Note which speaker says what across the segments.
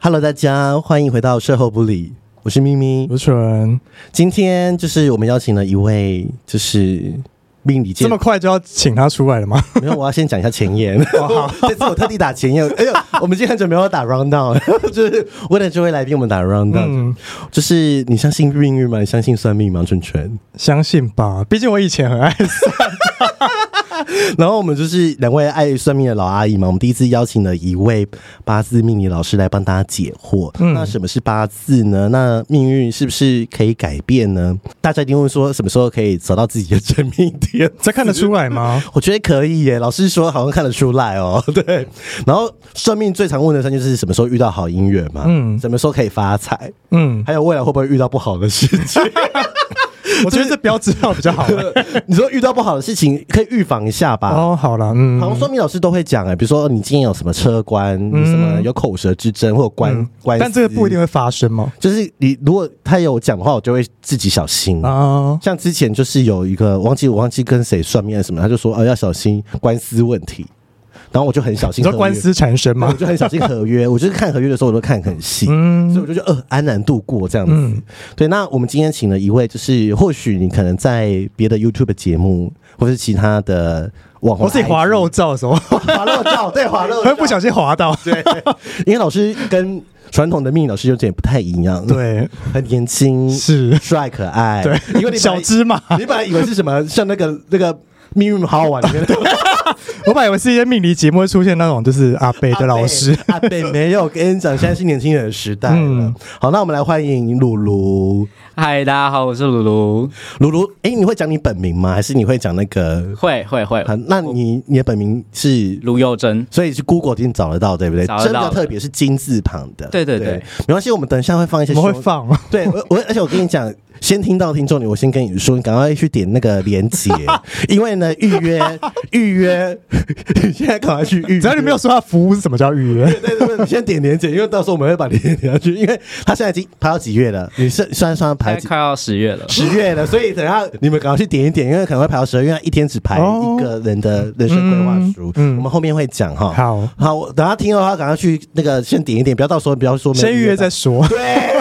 Speaker 1: Hello，大家欢迎回到售后不理，我是咪咪。
Speaker 2: 吴纯，
Speaker 1: 今天就是我们邀请了一位，就是命理界
Speaker 2: 这么快就要请他出来了吗？
Speaker 1: 没有，我要先讲一下前 言。
Speaker 2: 哦
Speaker 1: 这次我特地打前言，哎呦，我们今天很久没有打 round down，就是 为了这位来宾，我们打 round down、
Speaker 2: 嗯，
Speaker 1: 就是你相信命运吗？你相信算命吗？纯纯。
Speaker 2: 相信吧，毕竟我以前很爱算。
Speaker 1: 然后我们就是两位爱算命的老阿姨嘛，我们第一次邀请了一位八字命理老师来帮大家解惑。那什么是八字呢？那命运是不是可以改变呢？大家一定会说什么时候可以走到自己的真命天？
Speaker 2: 这看得出来吗？
Speaker 1: 我觉得可以耶，老师说好像看得出来哦。 对，然后算命最常问的事就是什么时候遇到好姻缘嘛，嗯，
Speaker 2: 嗯
Speaker 1: 什么时候可以发财，
Speaker 2: 嗯，
Speaker 1: 还有未来会不会遇到不好的事情？
Speaker 2: 我觉得这标志号比较好。
Speaker 1: 你说遇到不好的事情可以预防一下吧？
Speaker 2: 哦，好了，
Speaker 1: 好像
Speaker 2: 嗯，
Speaker 1: 算命老师都会讲哎、比如说你今天有什么车关，你什么有口舌之争或者官、官司，
Speaker 2: 嗯但这个不一定，会发生嘛。
Speaker 1: 就是你如果他有讲的话，我就会自己小心。
Speaker 2: 啊，
Speaker 1: 像之前就是有一个忘记我忘记跟谁算命还是什么，他就说呃要小心官司问题，然后我就很小
Speaker 2: 你
Speaker 1: 心合
Speaker 2: 说
Speaker 1: 约。
Speaker 2: 官司缠身
Speaker 1: 对我
Speaker 2: 吗？
Speaker 1: 就很小心合 约，我就是看合约的时候我都看很细，
Speaker 2: 嗯
Speaker 1: 所以我就觉得呃安然度过这样子。对，那我们今天请了一位，就是或许你可能在别的 YouTube 节目或是其他的网红，
Speaker 2: 我自己划肉照的时候，
Speaker 1: 滑肉照，对滑肉
Speaker 2: 会
Speaker 1: 照，
Speaker 2: 不小心滑到。
Speaker 1: 对，因为老师跟传统的命理老师有点不太一样，，
Speaker 2: 对，
Speaker 1: 很年轻，
Speaker 2: 是
Speaker 1: 帅可爱，
Speaker 2: 对
Speaker 1: 因为你本来
Speaker 2: 小芝麻
Speaker 1: 你本来以为是什么，像那个那个命运好好玩里 面的
Speaker 2: 我本来以为是一些命理节目会出现那种就是阿贝的老师，
Speaker 1: 阿北没有，跟你讲，现在是年轻人的时代了
Speaker 2: 嗯。
Speaker 1: 好，那我们来欢迎鲁鲁，
Speaker 3: 嗨，大家好，我是鲁鲁。
Speaker 1: 鲁鲁，哎，你会讲你本名吗？还是你会讲那个？
Speaker 3: 会哎会会，
Speaker 1: 好，那你你的本名是
Speaker 3: 卢佑珍。
Speaker 1: 所以是 Google 一定找得到，对不对？
Speaker 3: 找得
Speaker 1: 真
Speaker 3: 到
Speaker 1: 的特别是金字旁的，
Speaker 3: 对对对
Speaker 1: 没关系，我们等一下会放一些，
Speaker 2: 我们会。放。
Speaker 1: 对，我我而且我跟你讲，先听到听众你，我先跟你说，你赶快去点那个连 接，因为呢，预约预约， 你现在赶快去预约。
Speaker 2: 只要你没有说他服务是什么叫预约，
Speaker 1: 对对对，你先点连接，因为到时候我们会把连接点下去，因为他现在已经排到几月了？你是算算排
Speaker 3: 大
Speaker 1: 到
Speaker 3: 概
Speaker 1: 几？
Speaker 3: 快要十月了，
Speaker 1: 十月了，所以等一下你们赶快去点一点，因为可能会排到十二，因为他一天只排
Speaker 2: 哦
Speaker 1: 一个人的人生规划书。
Speaker 2: 嗯嗯
Speaker 1: 我们后面会讲哈。
Speaker 2: 好
Speaker 1: 好，我等他听到他赶快去那个先点一点，不要到时候不要说没有
Speaker 2: 先预
Speaker 1: 到
Speaker 2: 约再说，
Speaker 1: 对。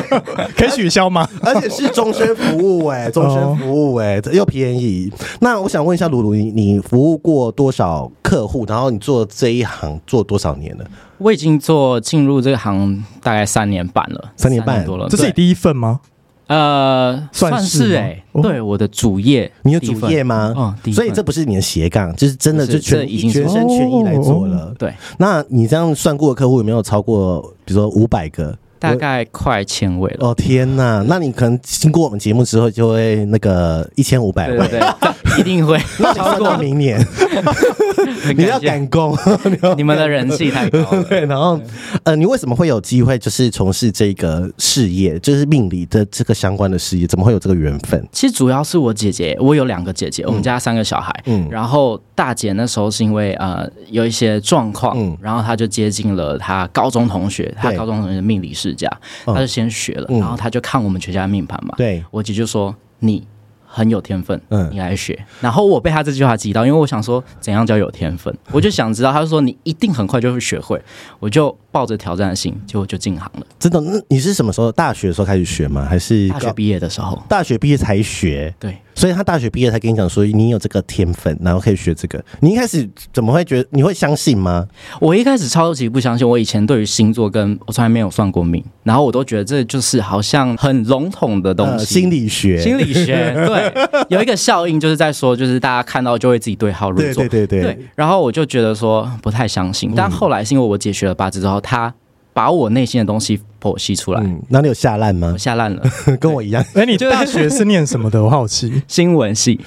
Speaker 2: 可以取消吗？
Speaker 1: 而且是终身服务哎、终身服务哎、这又便宜。那我想问一下，鲁鲁，你你服务过多少客户？然后你做这一行做多少年了？
Speaker 3: 我已经做进入这个行大概三年半了，
Speaker 1: 三年半
Speaker 3: 多了。
Speaker 2: 这是你
Speaker 3: 对
Speaker 2: 第一份吗？
Speaker 3: 呃，
Speaker 2: 算
Speaker 3: 算
Speaker 2: 是
Speaker 3: 是
Speaker 2: 吗
Speaker 3: 哎，
Speaker 2: 哦
Speaker 3: 对我的主业，
Speaker 1: 你有
Speaker 3: 第一
Speaker 1: 主
Speaker 3: 份
Speaker 1: 业吗？
Speaker 3: 哦第一
Speaker 1: 所以
Speaker 3: 份
Speaker 1: 这不是你的斜杠，就是真的
Speaker 3: 不
Speaker 1: 就是全
Speaker 3: 这已经是
Speaker 1: 全身全意来做了。
Speaker 3: 对，
Speaker 1: 那你这样算过的客户有没有超过，比如说五百个？
Speaker 3: 大概快千位了。
Speaker 1: 哦天呐，那你可能经过我们节目之后就会那个一千五百
Speaker 3: 对
Speaker 1: 位，
Speaker 3: 对对，这一定会
Speaker 1: 哎 那你
Speaker 3: 超
Speaker 1: 算到
Speaker 3: 过。
Speaker 1: 明年，
Speaker 3: 很
Speaker 1: 你要
Speaker 3: 感
Speaker 1: 赶
Speaker 3: 谢
Speaker 1: 工，你要
Speaker 3: 你们的人气太高了。
Speaker 1: 对，然后呃，你为什么会有机会就是从事这个事业，就是命理的这个相关的事业？怎么会有这个缘分？
Speaker 3: 其实主要是我姐姐，我有两个姐姐，我们家三个小孩。
Speaker 1: 嗯
Speaker 3: 然后大姐那时候是因为呃有一些状况，
Speaker 1: 嗯
Speaker 3: 然后她就接近了她高中同学，她
Speaker 1: 对
Speaker 3: 高中同学的命理世家，
Speaker 1: 嗯
Speaker 3: 她就先学了，
Speaker 1: 嗯
Speaker 3: 然后她就看我们全家的命盘嘛。
Speaker 1: 对，
Speaker 3: 我姐就说你很有天分，
Speaker 1: 嗯
Speaker 3: 你来学。然后我被她这句话激到，因为我想说怎样叫有天分， 我就想知道。她就说你一定很快就会学会，我就抱着挑战的心，结果就进行了。
Speaker 1: 真的？嗯那你是什么时候大学的时候开始学吗？还是
Speaker 3: 大学
Speaker 1: 高
Speaker 3: 毕业的时候，
Speaker 1: 大学毕业才学？
Speaker 3: 对，
Speaker 1: 所以他大学毕业才跟你讲说你有这个天分，然后可以学这个。你一开始怎么会觉得你会相信吗？
Speaker 3: 我一开始超级不相信，我以前对于星座跟我从来没有算过命，然后我都觉得这就是好像很笼统的东西。
Speaker 1: 呃心理学，
Speaker 3: 心理学对，有一个效应就是在说，就是大家看到就会自己对号入
Speaker 1: 对
Speaker 3: 座
Speaker 1: 对。对对，嗯
Speaker 3: 对，然后我就觉得说不太相信，但后来是因为我姐学了八字之后，她把我内心的东西剖析出来，
Speaker 1: 嗯，那你有下烂吗
Speaker 3: 我？吓烂了。
Speaker 1: 跟我一样，
Speaker 2: 哎，你大学是念什么的？我好奇。
Speaker 3: 新闻系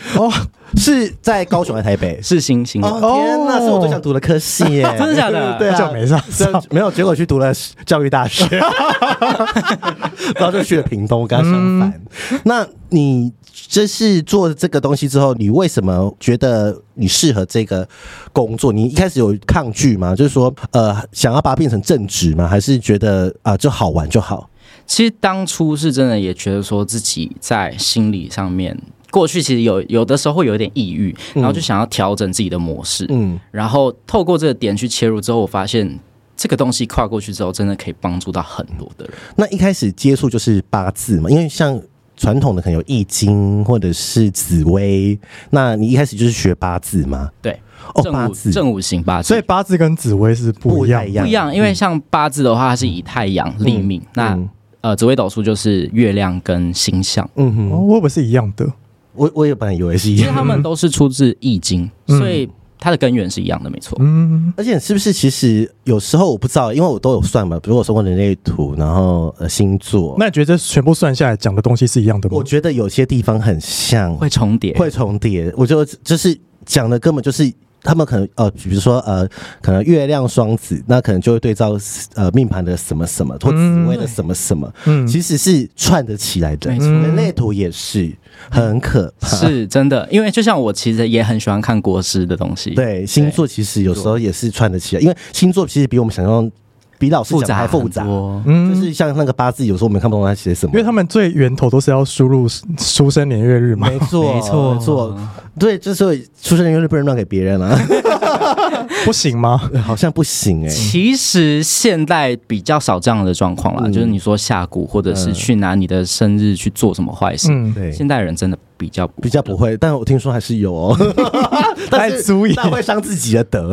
Speaker 1: 是在高雄还是台北？
Speaker 3: 是新新闻，
Speaker 1: 哦天哪，是我最想读的科系 耶！
Speaker 3: 真的假的？
Speaker 1: 对啊
Speaker 2: 叫没上
Speaker 1: 这 没有，结果去读了 教育大学，然后就去了屏东，跟他相反。那你这是做这个东西之后，你为什么觉得你适合这个工作？你一开始有抗拒吗？就是说，呃，想要把它变成正职吗？还是觉得啊、就好玩就好？
Speaker 3: 其实当初是真的也觉得说自己在心理上面，过去其实有有的时候会有点抑郁，然后就想要调整自己的模式，
Speaker 1: 嗯，
Speaker 3: 然后透过这个点去切入之后，我发现这个东西跨过去之后，真的可以帮助到很多的人。
Speaker 1: 那一开始接触就是八字嘛，因为像。传统的可能有易经或者是紫薇，那你一开始就是学八字吗？
Speaker 3: 对，
Speaker 1: 哦，八
Speaker 3: 正午
Speaker 1: 字
Speaker 3: 正午型八 字，
Speaker 2: 所以八字跟紫薇是不一样
Speaker 1: 太
Speaker 2: 的。
Speaker 1: 一样，
Speaker 3: 不一样，因为像八字的话，它是以太阳立命，那、
Speaker 1: 嗯
Speaker 3: 呃紫微斗数就是月亮跟 星象，
Speaker 1: 嗯哼
Speaker 2: 哦，，我以为是一样的。
Speaker 1: 我我也本来以为是一
Speaker 3: 其实
Speaker 1: 样，
Speaker 3: 他们都是出自易经，
Speaker 2: 嗯
Speaker 3: 所以它的根源是一样的，没错。
Speaker 2: 嗯，
Speaker 1: 而且是不是其实有时候我不知道，因为我都有算嘛，比如我算过人类图，然后呃星座，
Speaker 2: 那你觉得这全部算下来讲的东西是一样的吗
Speaker 1: 我？觉得有些地方很像，
Speaker 3: 会重叠，
Speaker 1: 会重叠，我就就是讲的根本就是。他们可能呃，比如说呃，可能月亮双子，那可能就会对照呃命盘的什么什么，或紫薇的什么什么，
Speaker 2: 嗯
Speaker 1: 其实是串得起来的。
Speaker 3: 没错
Speaker 1: 人类图也是很可 怕，
Speaker 3: 是真的，因为就像我其实也很喜欢看国师的东西，，
Speaker 1: 对，星座其实有时候也是串得起来，因为星座其实比我们想象，比老师
Speaker 3: 复
Speaker 1: 讲的
Speaker 3: 杂
Speaker 1: 还复
Speaker 3: 很
Speaker 1: 杂。
Speaker 3: 多
Speaker 2: 嗯
Speaker 1: 就是像那个八字，有时候我们看不懂他写什么
Speaker 2: 因为。他们最源头都是要输入出生年月日嘛。
Speaker 1: 没错，
Speaker 3: 没错
Speaker 1: 没错，对，这时候出生年月日不能乱给别人了、
Speaker 2: 不行 吗？
Speaker 1: 好像不行哎、
Speaker 3: 其实现代比较少这样的状况啦，
Speaker 1: 嗯
Speaker 3: 就是你说下蛊，或者是
Speaker 1: 嗯
Speaker 3: 去拿你的生日去做什么坏事，
Speaker 2: 嗯，
Speaker 1: 对，
Speaker 3: 现代人真的比较不
Speaker 1: 比较不会，但我听说还是有哦，但
Speaker 2: 太
Speaker 1: 是
Speaker 2: 足以
Speaker 1: 但会伤自己的德，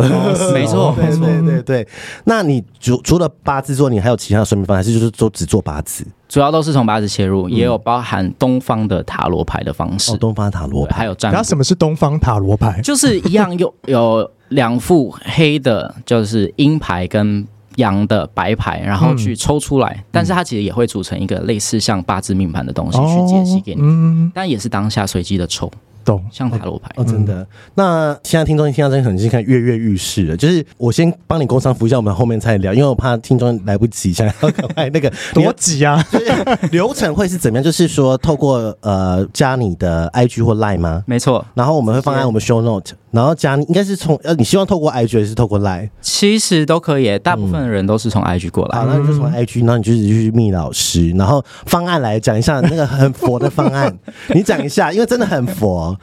Speaker 3: 没错
Speaker 1: 对
Speaker 3: 没错
Speaker 1: 对对对。那你除除了八字之外，你还有其他的算命方法，还是就是都只做八字？
Speaker 3: 主要都是从八字切入，也有包含东方的塔罗牌的方
Speaker 1: 嗯
Speaker 3: 式，
Speaker 1: 哦，东方塔罗
Speaker 3: 对
Speaker 1: 牌，
Speaker 3: 还有占
Speaker 2: 然后
Speaker 3: 卜，
Speaker 2: 什么是东方塔罗牌？
Speaker 3: 就是一样有 有两副黑的，就是阴牌跟阳的白牌，然后去抽出来，但是它其实也会组成一个类似像八字命盘的东西去解析给你，
Speaker 2: 嗯，
Speaker 3: 但也是当下随机的抽，
Speaker 2: 懂。
Speaker 3: 像塔罗牌。
Speaker 1: 哦，真的。那现在听众听到这里，可能已经看跃跃欲试了。就是我先帮你工商服一下，我们后面再聊，因为我怕听众来不及，想要赶快那个你
Speaker 2: 多
Speaker 1: 要
Speaker 2: 挤啊！
Speaker 1: 就是 流程会是怎么样？就是说，透过呃加你的 IG 或 Line 吗？
Speaker 3: 没错，
Speaker 1: 然后我们会放在我们 show note，然后加你应该是从呃，你希望透过 IG 还是透过 Line？
Speaker 3: 其实都可以，大部分人都是从 IG 过来。
Speaker 1: 好，那你就从 IG，然后你就直接去密老师，然后方案来讲一下那个很佛的方案，你讲一下，因为真的很佛，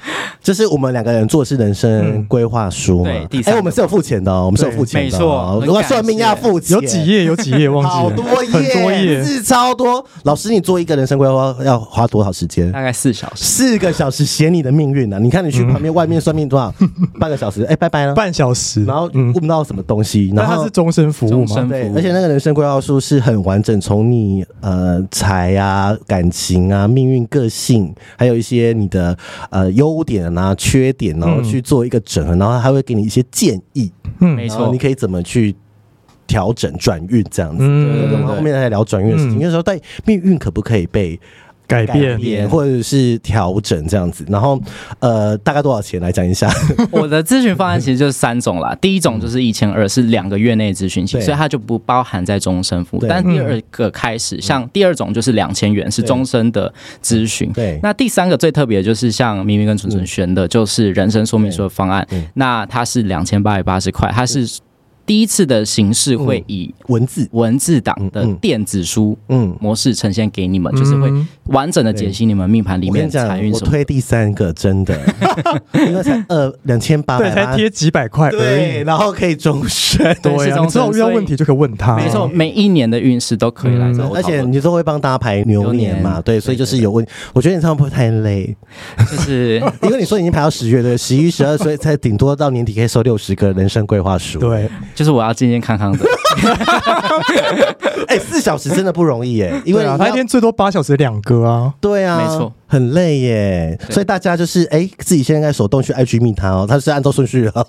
Speaker 1: 就是我们两个人做的是人生规划书嘛
Speaker 3: 对第。
Speaker 1: 哎，
Speaker 3: 三个
Speaker 1: 我们是有付钱的哦，我们是有付钱的哦，
Speaker 3: 对没错
Speaker 1: 如果算命要付钱，
Speaker 2: 有几页？有几页？忘记了，
Speaker 1: 好多页，
Speaker 2: 很多页。
Speaker 1: 是超多。老师，你做一个人生规划要花多少时间？
Speaker 3: 大概四小时，
Speaker 1: 四个小时写你的命运呢、啊？你看你去旁边外面算命多少？半个小时，哎、拜拜了。
Speaker 2: 半小时，
Speaker 1: 然后
Speaker 2: 嗯
Speaker 1: 问，不到什么东西，
Speaker 2: 那
Speaker 1: 然
Speaker 2: 它
Speaker 1: 后
Speaker 2: 嗯是终身服务
Speaker 3: 终
Speaker 2: 吗
Speaker 3: 身？
Speaker 1: 对
Speaker 3: 服，务
Speaker 1: 而且那个人生规划书是很完整，从你呃财啊、感情啊、命运、个性，还有一些你的呃优点啊、缺点，然后去做一个整合，然后还会给你一些建议，
Speaker 2: 嗯
Speaker 3: 没
Speaker 1: 然后
Speaker 3: 错
Speaker 1: 你，可以怎么去调整转运这样子。
Speaker 3: 对
Speaker 1: 我
Speaker 3: 对
Speaker 1: 们
Speaker 3: 对
Speaker 1: 后面再聊转运的事情，
Speaker 2: 嗯
Speaker 1: 因为说但命运可不可以被
Speaker 2: 改
Speaker 1: 改
Speaker 2: 变
Speaker 1: 变或者是调整这样子，然后呃，大概多少钱来讲一下？
Speaker 3: 我的咨询方案其实就是三种啦。第一种就是一千二，是两个月内咨询期，
Speaker 1: 对
Speaker 3: 所以它就不包含在终身服务。
Speaker 1: 对嗯
Speaker 3: 但第二个开始，像第二种就是两千元，是
Speaker 1: 对
Speaker 3: 终身的咨询。
Speaker 1: 对
Speaker 3: 那第三个最特别的就是像明明跟纯纯选的，就是人生说明书的方案
Speaker 1: 对对，嗯
Speaker 3: 那它是两千八百八十块，它是第一次的形式
Speaker 1: 嗯
Speaker 3: 会以
Speaker 1: 文字，
Speaker 3: 文字档的
Speaker 1: 嗯嗯
Speaker 3: 电子书
Speaker 1: 嗯，
Speaker 3: 模式呈现给你们，就是会
Speaker 2: 嗯
Speaker 3: 完整的解析你们命盘里
Speaker 1: 我跟
Speaker 3: 面
Speaker 1: 你讲
Speaker 3: 财，运
Speaker 1: 我
Speaker 3: 什么的。
Speaker 1: 推第三个，真的，因为才二两千八
Speaker 2: 对，
Speaker 1: 百
Speaker 2: 才
Speaker 1: 八，
Speaker 2: 贴几百块而
Speaker 1: 对，
Speaker 2: 已。
Speaker 1: 然后可以终 身。
Speaker 3: 对
Speaker 2: 对
Speaker 3: 是
Speaker 2: 啊，
Speaker 3: 终
Speaker 2: 你之后
Speaker 3: 身
Speaker 2: 遇到
Speaker 3: 所以
Speaker 2: 问题就可以问他。
Speaker 3: 没错，每一年的运势都可以来找我
Speaker 1: 嗯而
Speaker 3: 讨
Speaker 1: 且
Speaker 3: 论，
Speaker 1: 你都会帮大家排牛年嘛，
Speaker 3: 牛年
Speaker 1: 对，所以就是有问，我觉得你这样会不会太累？
Speaker 3: 就是
Speaker 1: 因为你说已经排到十月，对，十一、十二，所以才顶多到年底可以收六十个人生规划书。，
Speaker 2: 对，
Speaker 3: 就是我要健健康康的，
Speaker 1: 哎、四小时真的不容易耶，因为
Speaker 2: 对啊，
Speaker 1: 你
Speaker 2: 他
Speaker 1: 要
Speaker 2: 一天最多八小时两个啊。
Speaker 1: 对啊，
Speaker 3: 没错，
Speaker 1: 很累耶。
Speaker 3: 对
Speaker 1: 所以大家就是哎、自己现在应该手动去 IG 密他哦，他是按照顺序哦，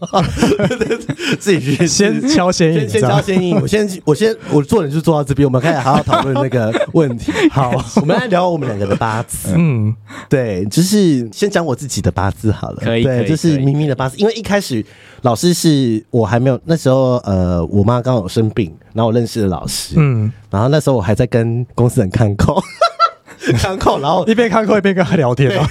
Speaker 1: 自己去
Speaker 2: 先敲先
Speaker 1: 先
Speaker 2: 引，
Speaker 1: 先
Speaker 2: 这
Speaker 1: 交
Speaker 2: 样
Speaker 1: 先引，我先我先我做人就做到这边，我们开始好好讨论那个问 题。
Speaker 2: 好，
Speaker 1: 我们来聊我们两个的八字。
Speaker 2: 嗯，
Speaker 1: 对，就是先讲我自己的八字好了。
Speaker 3: 可以可
Speaker 1: 对，
Speaker 3: 以
Speaker 1: 就是
Speaker 3: 可以
Speaker 1: 咪咪的八字，因为一开始老师是我还没有那时候，呃，我妈刚好生病，然后我认识了老师，
Speaker 2: 嗯，
Speaker 1: 然后那时候我还在跟公司人看扣， 看扣，然后
Speaker 2: 一边看课一边跟他聊天啊。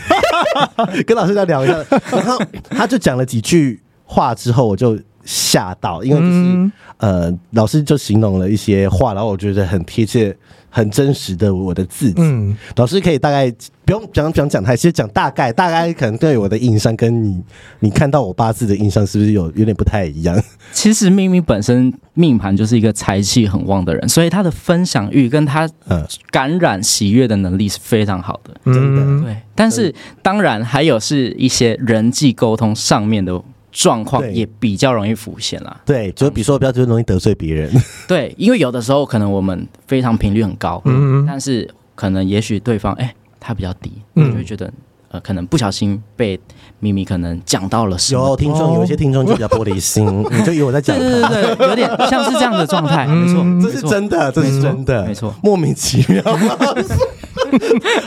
Speaker 1: 跟老师再聊一 下，然后他就讲了几句话之后，我就吓到，因为就是、
Speaker 2: 嗯
Speaker 1: 呃，老师就形容了一些话，然后我觉得很贴切、很真实的我的自己。
Speaker 2: 嗯
Speaker 1: 老师可以大概不用讲不用讲太细，其实讲大概，大概可能对我的印象跟你你看到我八字的印象是不是有有点不太一样？
Speaker 3: 其实咪咪本身命盘就是一个财气很旺的人，所以他的分享欲跟他
Speaker 1: 嗯
Speaker 3: 感染喜悦的能力是非常好的。
Speaker 1: 真的
Speaker 2: 嗯，
Speaker 3: 对，但是当然还有是一些人际沟通上面的状况
Speaker 1: 对
Speaker 3: 也比较容易浮现啦。
Speaker 1: 对，就比如说不要就容易得罪别 人，
Speaker 3: 对，因为有的时候可能我们非常频率很高，
Speaker 2: 嗯
Speaker 3: 但是可能也许对方哎、他比较低，你
Speaker 2: 嗯
Speaker 3: 就会觉得呃可能不小心被咪咪可能讲到了什么
Speaker 1: 有听众有一些听众就比较玻璃心，你就以为我在讲
Speaker 3: 哦对对
Speaker 1: 他。
Speaker 3: 对对，有点像是这样的状态，嗯没错，
Speaker 1: 嗯这是真的，这是真的，
Speaker 3: 没错
Speaker 1: 莫名其妙。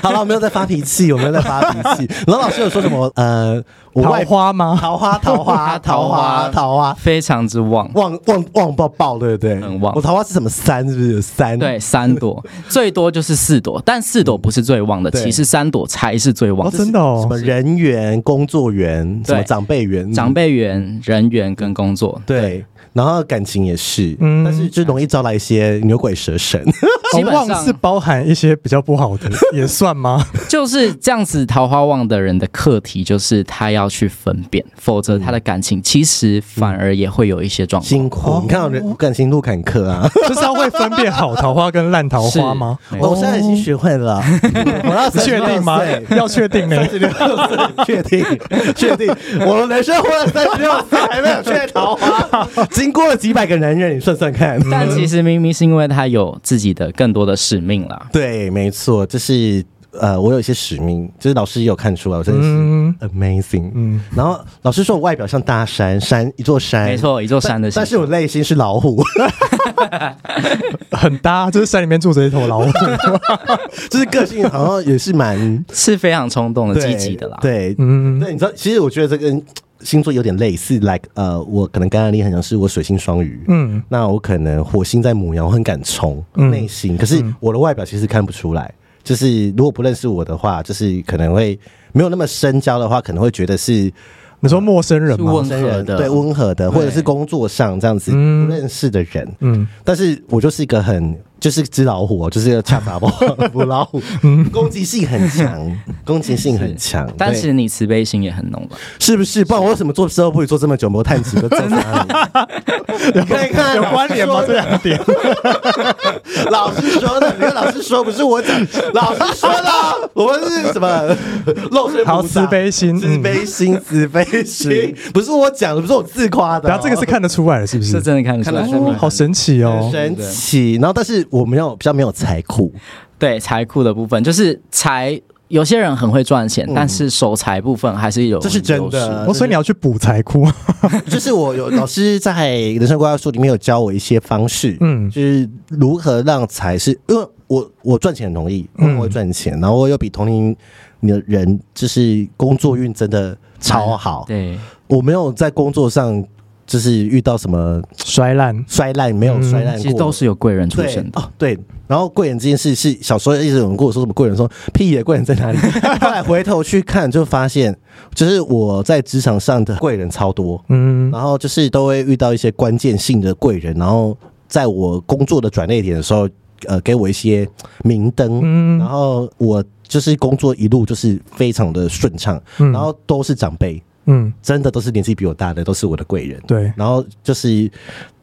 Speaker 1: 好了，我没有在发脾气，我没有在发脾 气。然后老师有说什么？呃，我
Speaker 2: 桃
Speaker 1: 外
Speaker 2: 花吗？
Speaker 1: 桃花，桃 花，桃花，桃花，
Speaker 3: 非常之旺。
Speaker 1: 旺旺旺爆爆，对不对？
Speaker 3: 很旺
Speaker 1: 我桃花是什么三？是不是有三？
Speaker 3: 嗯对，三朵最多就是四朵，但四朵不是最旺的，
Speaker 1: 对
Speaker 3: 其实三朵才是最旺
Speaker 2: 哦，
Speaker 3: 的。
Speaker 2: 真的
Speaker 1: 什么
Speaker 2: 哦，
Speaker 1: 人缘、工作缘、什么
Speaker 3: 对
Speaker 1: 长辈缘、
Speaker 3: 长辈缘、人缘跟工作，
Speaker 1: 对，然后感情也是，
Speaker 2: 嗯
Speaker 1: 但是就容易招来一些牛鬼蛇 神。
Speaker 3: 基本
Speaker 2: 旺哦是
Speaker 3: 上
Speaker 2: 包含一些比较不好的，也算吗？
Speaker 3: 就是这样子。桃花旺的人的课题就是他要去分辨，否则他的感
Speaker 1: 嗯
Speaker 3: 情其实反而也会有一些状况。
Speaker 1: 辛苦，你看我人感情路坎坷啊！
Speaker 2: 就是要会分辨好桃花跟烂桃花吗？
Speaker 3: 是
Speaker 1: 我现在已经学会 了，我要
Speaker 2: 确定吗
Speaker 1: 36岁？
Speaker 2: 要确定欸呢。
Speaker 1: 十六岁， 确定，确定，我的人生活了三十六岁，还没 有缺桃花，经过了几百个男人，你算算看。
Speaker 2: 嗯
Speaker 3: 但其实明明是因为他有自己的更多的使命啦。
Speaker 1: 对，没错，就是呃，我有一些使命，就是老师也有看出来，我真的
Speaker 2: 嗯
Speaker 1: 是 amazing。
Speaker 2: 嗯，
Speaker 1: 然后老师说我外表像大山，山一座山，
Speaker 3: 没错，一座山的
Speaker 1: 哎
Speaker 3: 形
Speaker 1: 但是我内心是老虎，
Speaker 2: 很搭，就是山里面住着一头老虎。
Speaker 1: 就是个性好像也是 蛮
Speaker 3: 是非常冲动的、
Speaker 1: 对
Speaker 3: 积极的啦。
Speaker 1: 对，
Speaker 2: 嗯，
Speaker 1: 对，你知道，其实我觉得这跟星座有点类似，like 呃，我可能感染力很强，是我水星双鱼，
Speaker 2: 嗯，
Speaker 1: 那我可能火星在母羊，我很敢冲，
Speaker 2: 嗯
Speaker 1: 内心，可是我的外表其实看不出来，就是如果不认识我的话，就是可能会没有那么深交的话，可能会觉得是
Speaker 2: 你说陌生人
Speaker 3: 是
Speaker 2: 吗？
Speaker 3: 温和的，
Speaker 1: 对温和的，
Speaker 3: 对
Speaker 1: 或者是工作上这样子
Speaker 2: 嗯
Speaker 1: 不认识的人，
Speaker 2: 嗯，
Speaker 1: 但是我就是一个很就是只老虎哦，就是一个恰 杂不不老虎，
Speaker 2: 嗯
Speaker 1: 攻击性很强，攻击性很强，
Speaker 3: 但
Speaker 1: 对
Speaker 3: 是你慈悲心也很浓吧？
Speaker 1: 是不是？不然我为什么做社会部做这么久，没有探几个真的？你看一看
Speaker 2: 有关联吗？这两点？
Speaker 1: 老师说的，你看老师说不是 我讲，老师说的啊，我们是什么漏水补
Speaker 2: 好，
Speaker 1: 涨
Speaker 2: 慈悲心，
Speaker 1: 慈
Speaker 2: 嗯，
Speaker 1: 悲心，慈悲 心，不是我讲的，不是我自夸的哦。
Speaker 2: 然后这个是看得出来的，是不
Speaker 3: 这
Speaker 2: 是？
Speaker 3: 真的看得出来，
Speaker 1: 看得出
Speaker 2: 嗯哦，好神奇哦
Speaker 1: 很！神奇。然后，但是我没有比较没有财 库，
Speaker 3: 对财库的部分，就是财，有些人很会赚钱，
Speaker 2: 嗯
Speaker 3: 但是守财部分还是有，
Speaker 1: 这是真的。
Speaker 2: 哦，所以你要去补财库，
Speaker 1: 就是我有老师在人生规划书里面有教我一些方式，嗯，
Speaker 2: 嗯
Speaker 1: 就是如何让财是，因为我我赚钱很容易，我
Speaker 2: 嗯
Speaker 1: 很会赚钱，然后我又比同龄的人就是工作运真的超好，
Speaker 3: 有失。对，
Speaker 1: 我没有在工作上。就是遇到什么
Speaker 2: 摔烂，
Speaker 1: 摔烂没有
Speaker 2: 嗯
Speaker 1: 摔烂过，
Speaker 3: 其实都是有贵人出
Speaker 1: 对
Speaker 3: 现的。，
Speaker 1: 哦，对。然后贵人这件事是小时候一直有人跟我说什么贵人说屁的贵人在哪里？后来回头去看，就发现就是我在职场上的贵人超多，
Speaker 2: 嗯，
Speaker 1: 然后就是都会遇到一些关键性的贵人，然后在我工作的转捩点的时候，呃，给我一些明灯，
Speaker 2: 嗯
Speaker 1: 然后我就是工作一路就是非常的顺畅，
Speaker 2: 嗯
Speaker 1: 然后都是长辈，
Speaker 2: 嗯，
Speaker 1: 真的都是年纪比我大的，都是我的贵人。
Speaker 2: 对，
Speaker 1: 然后就是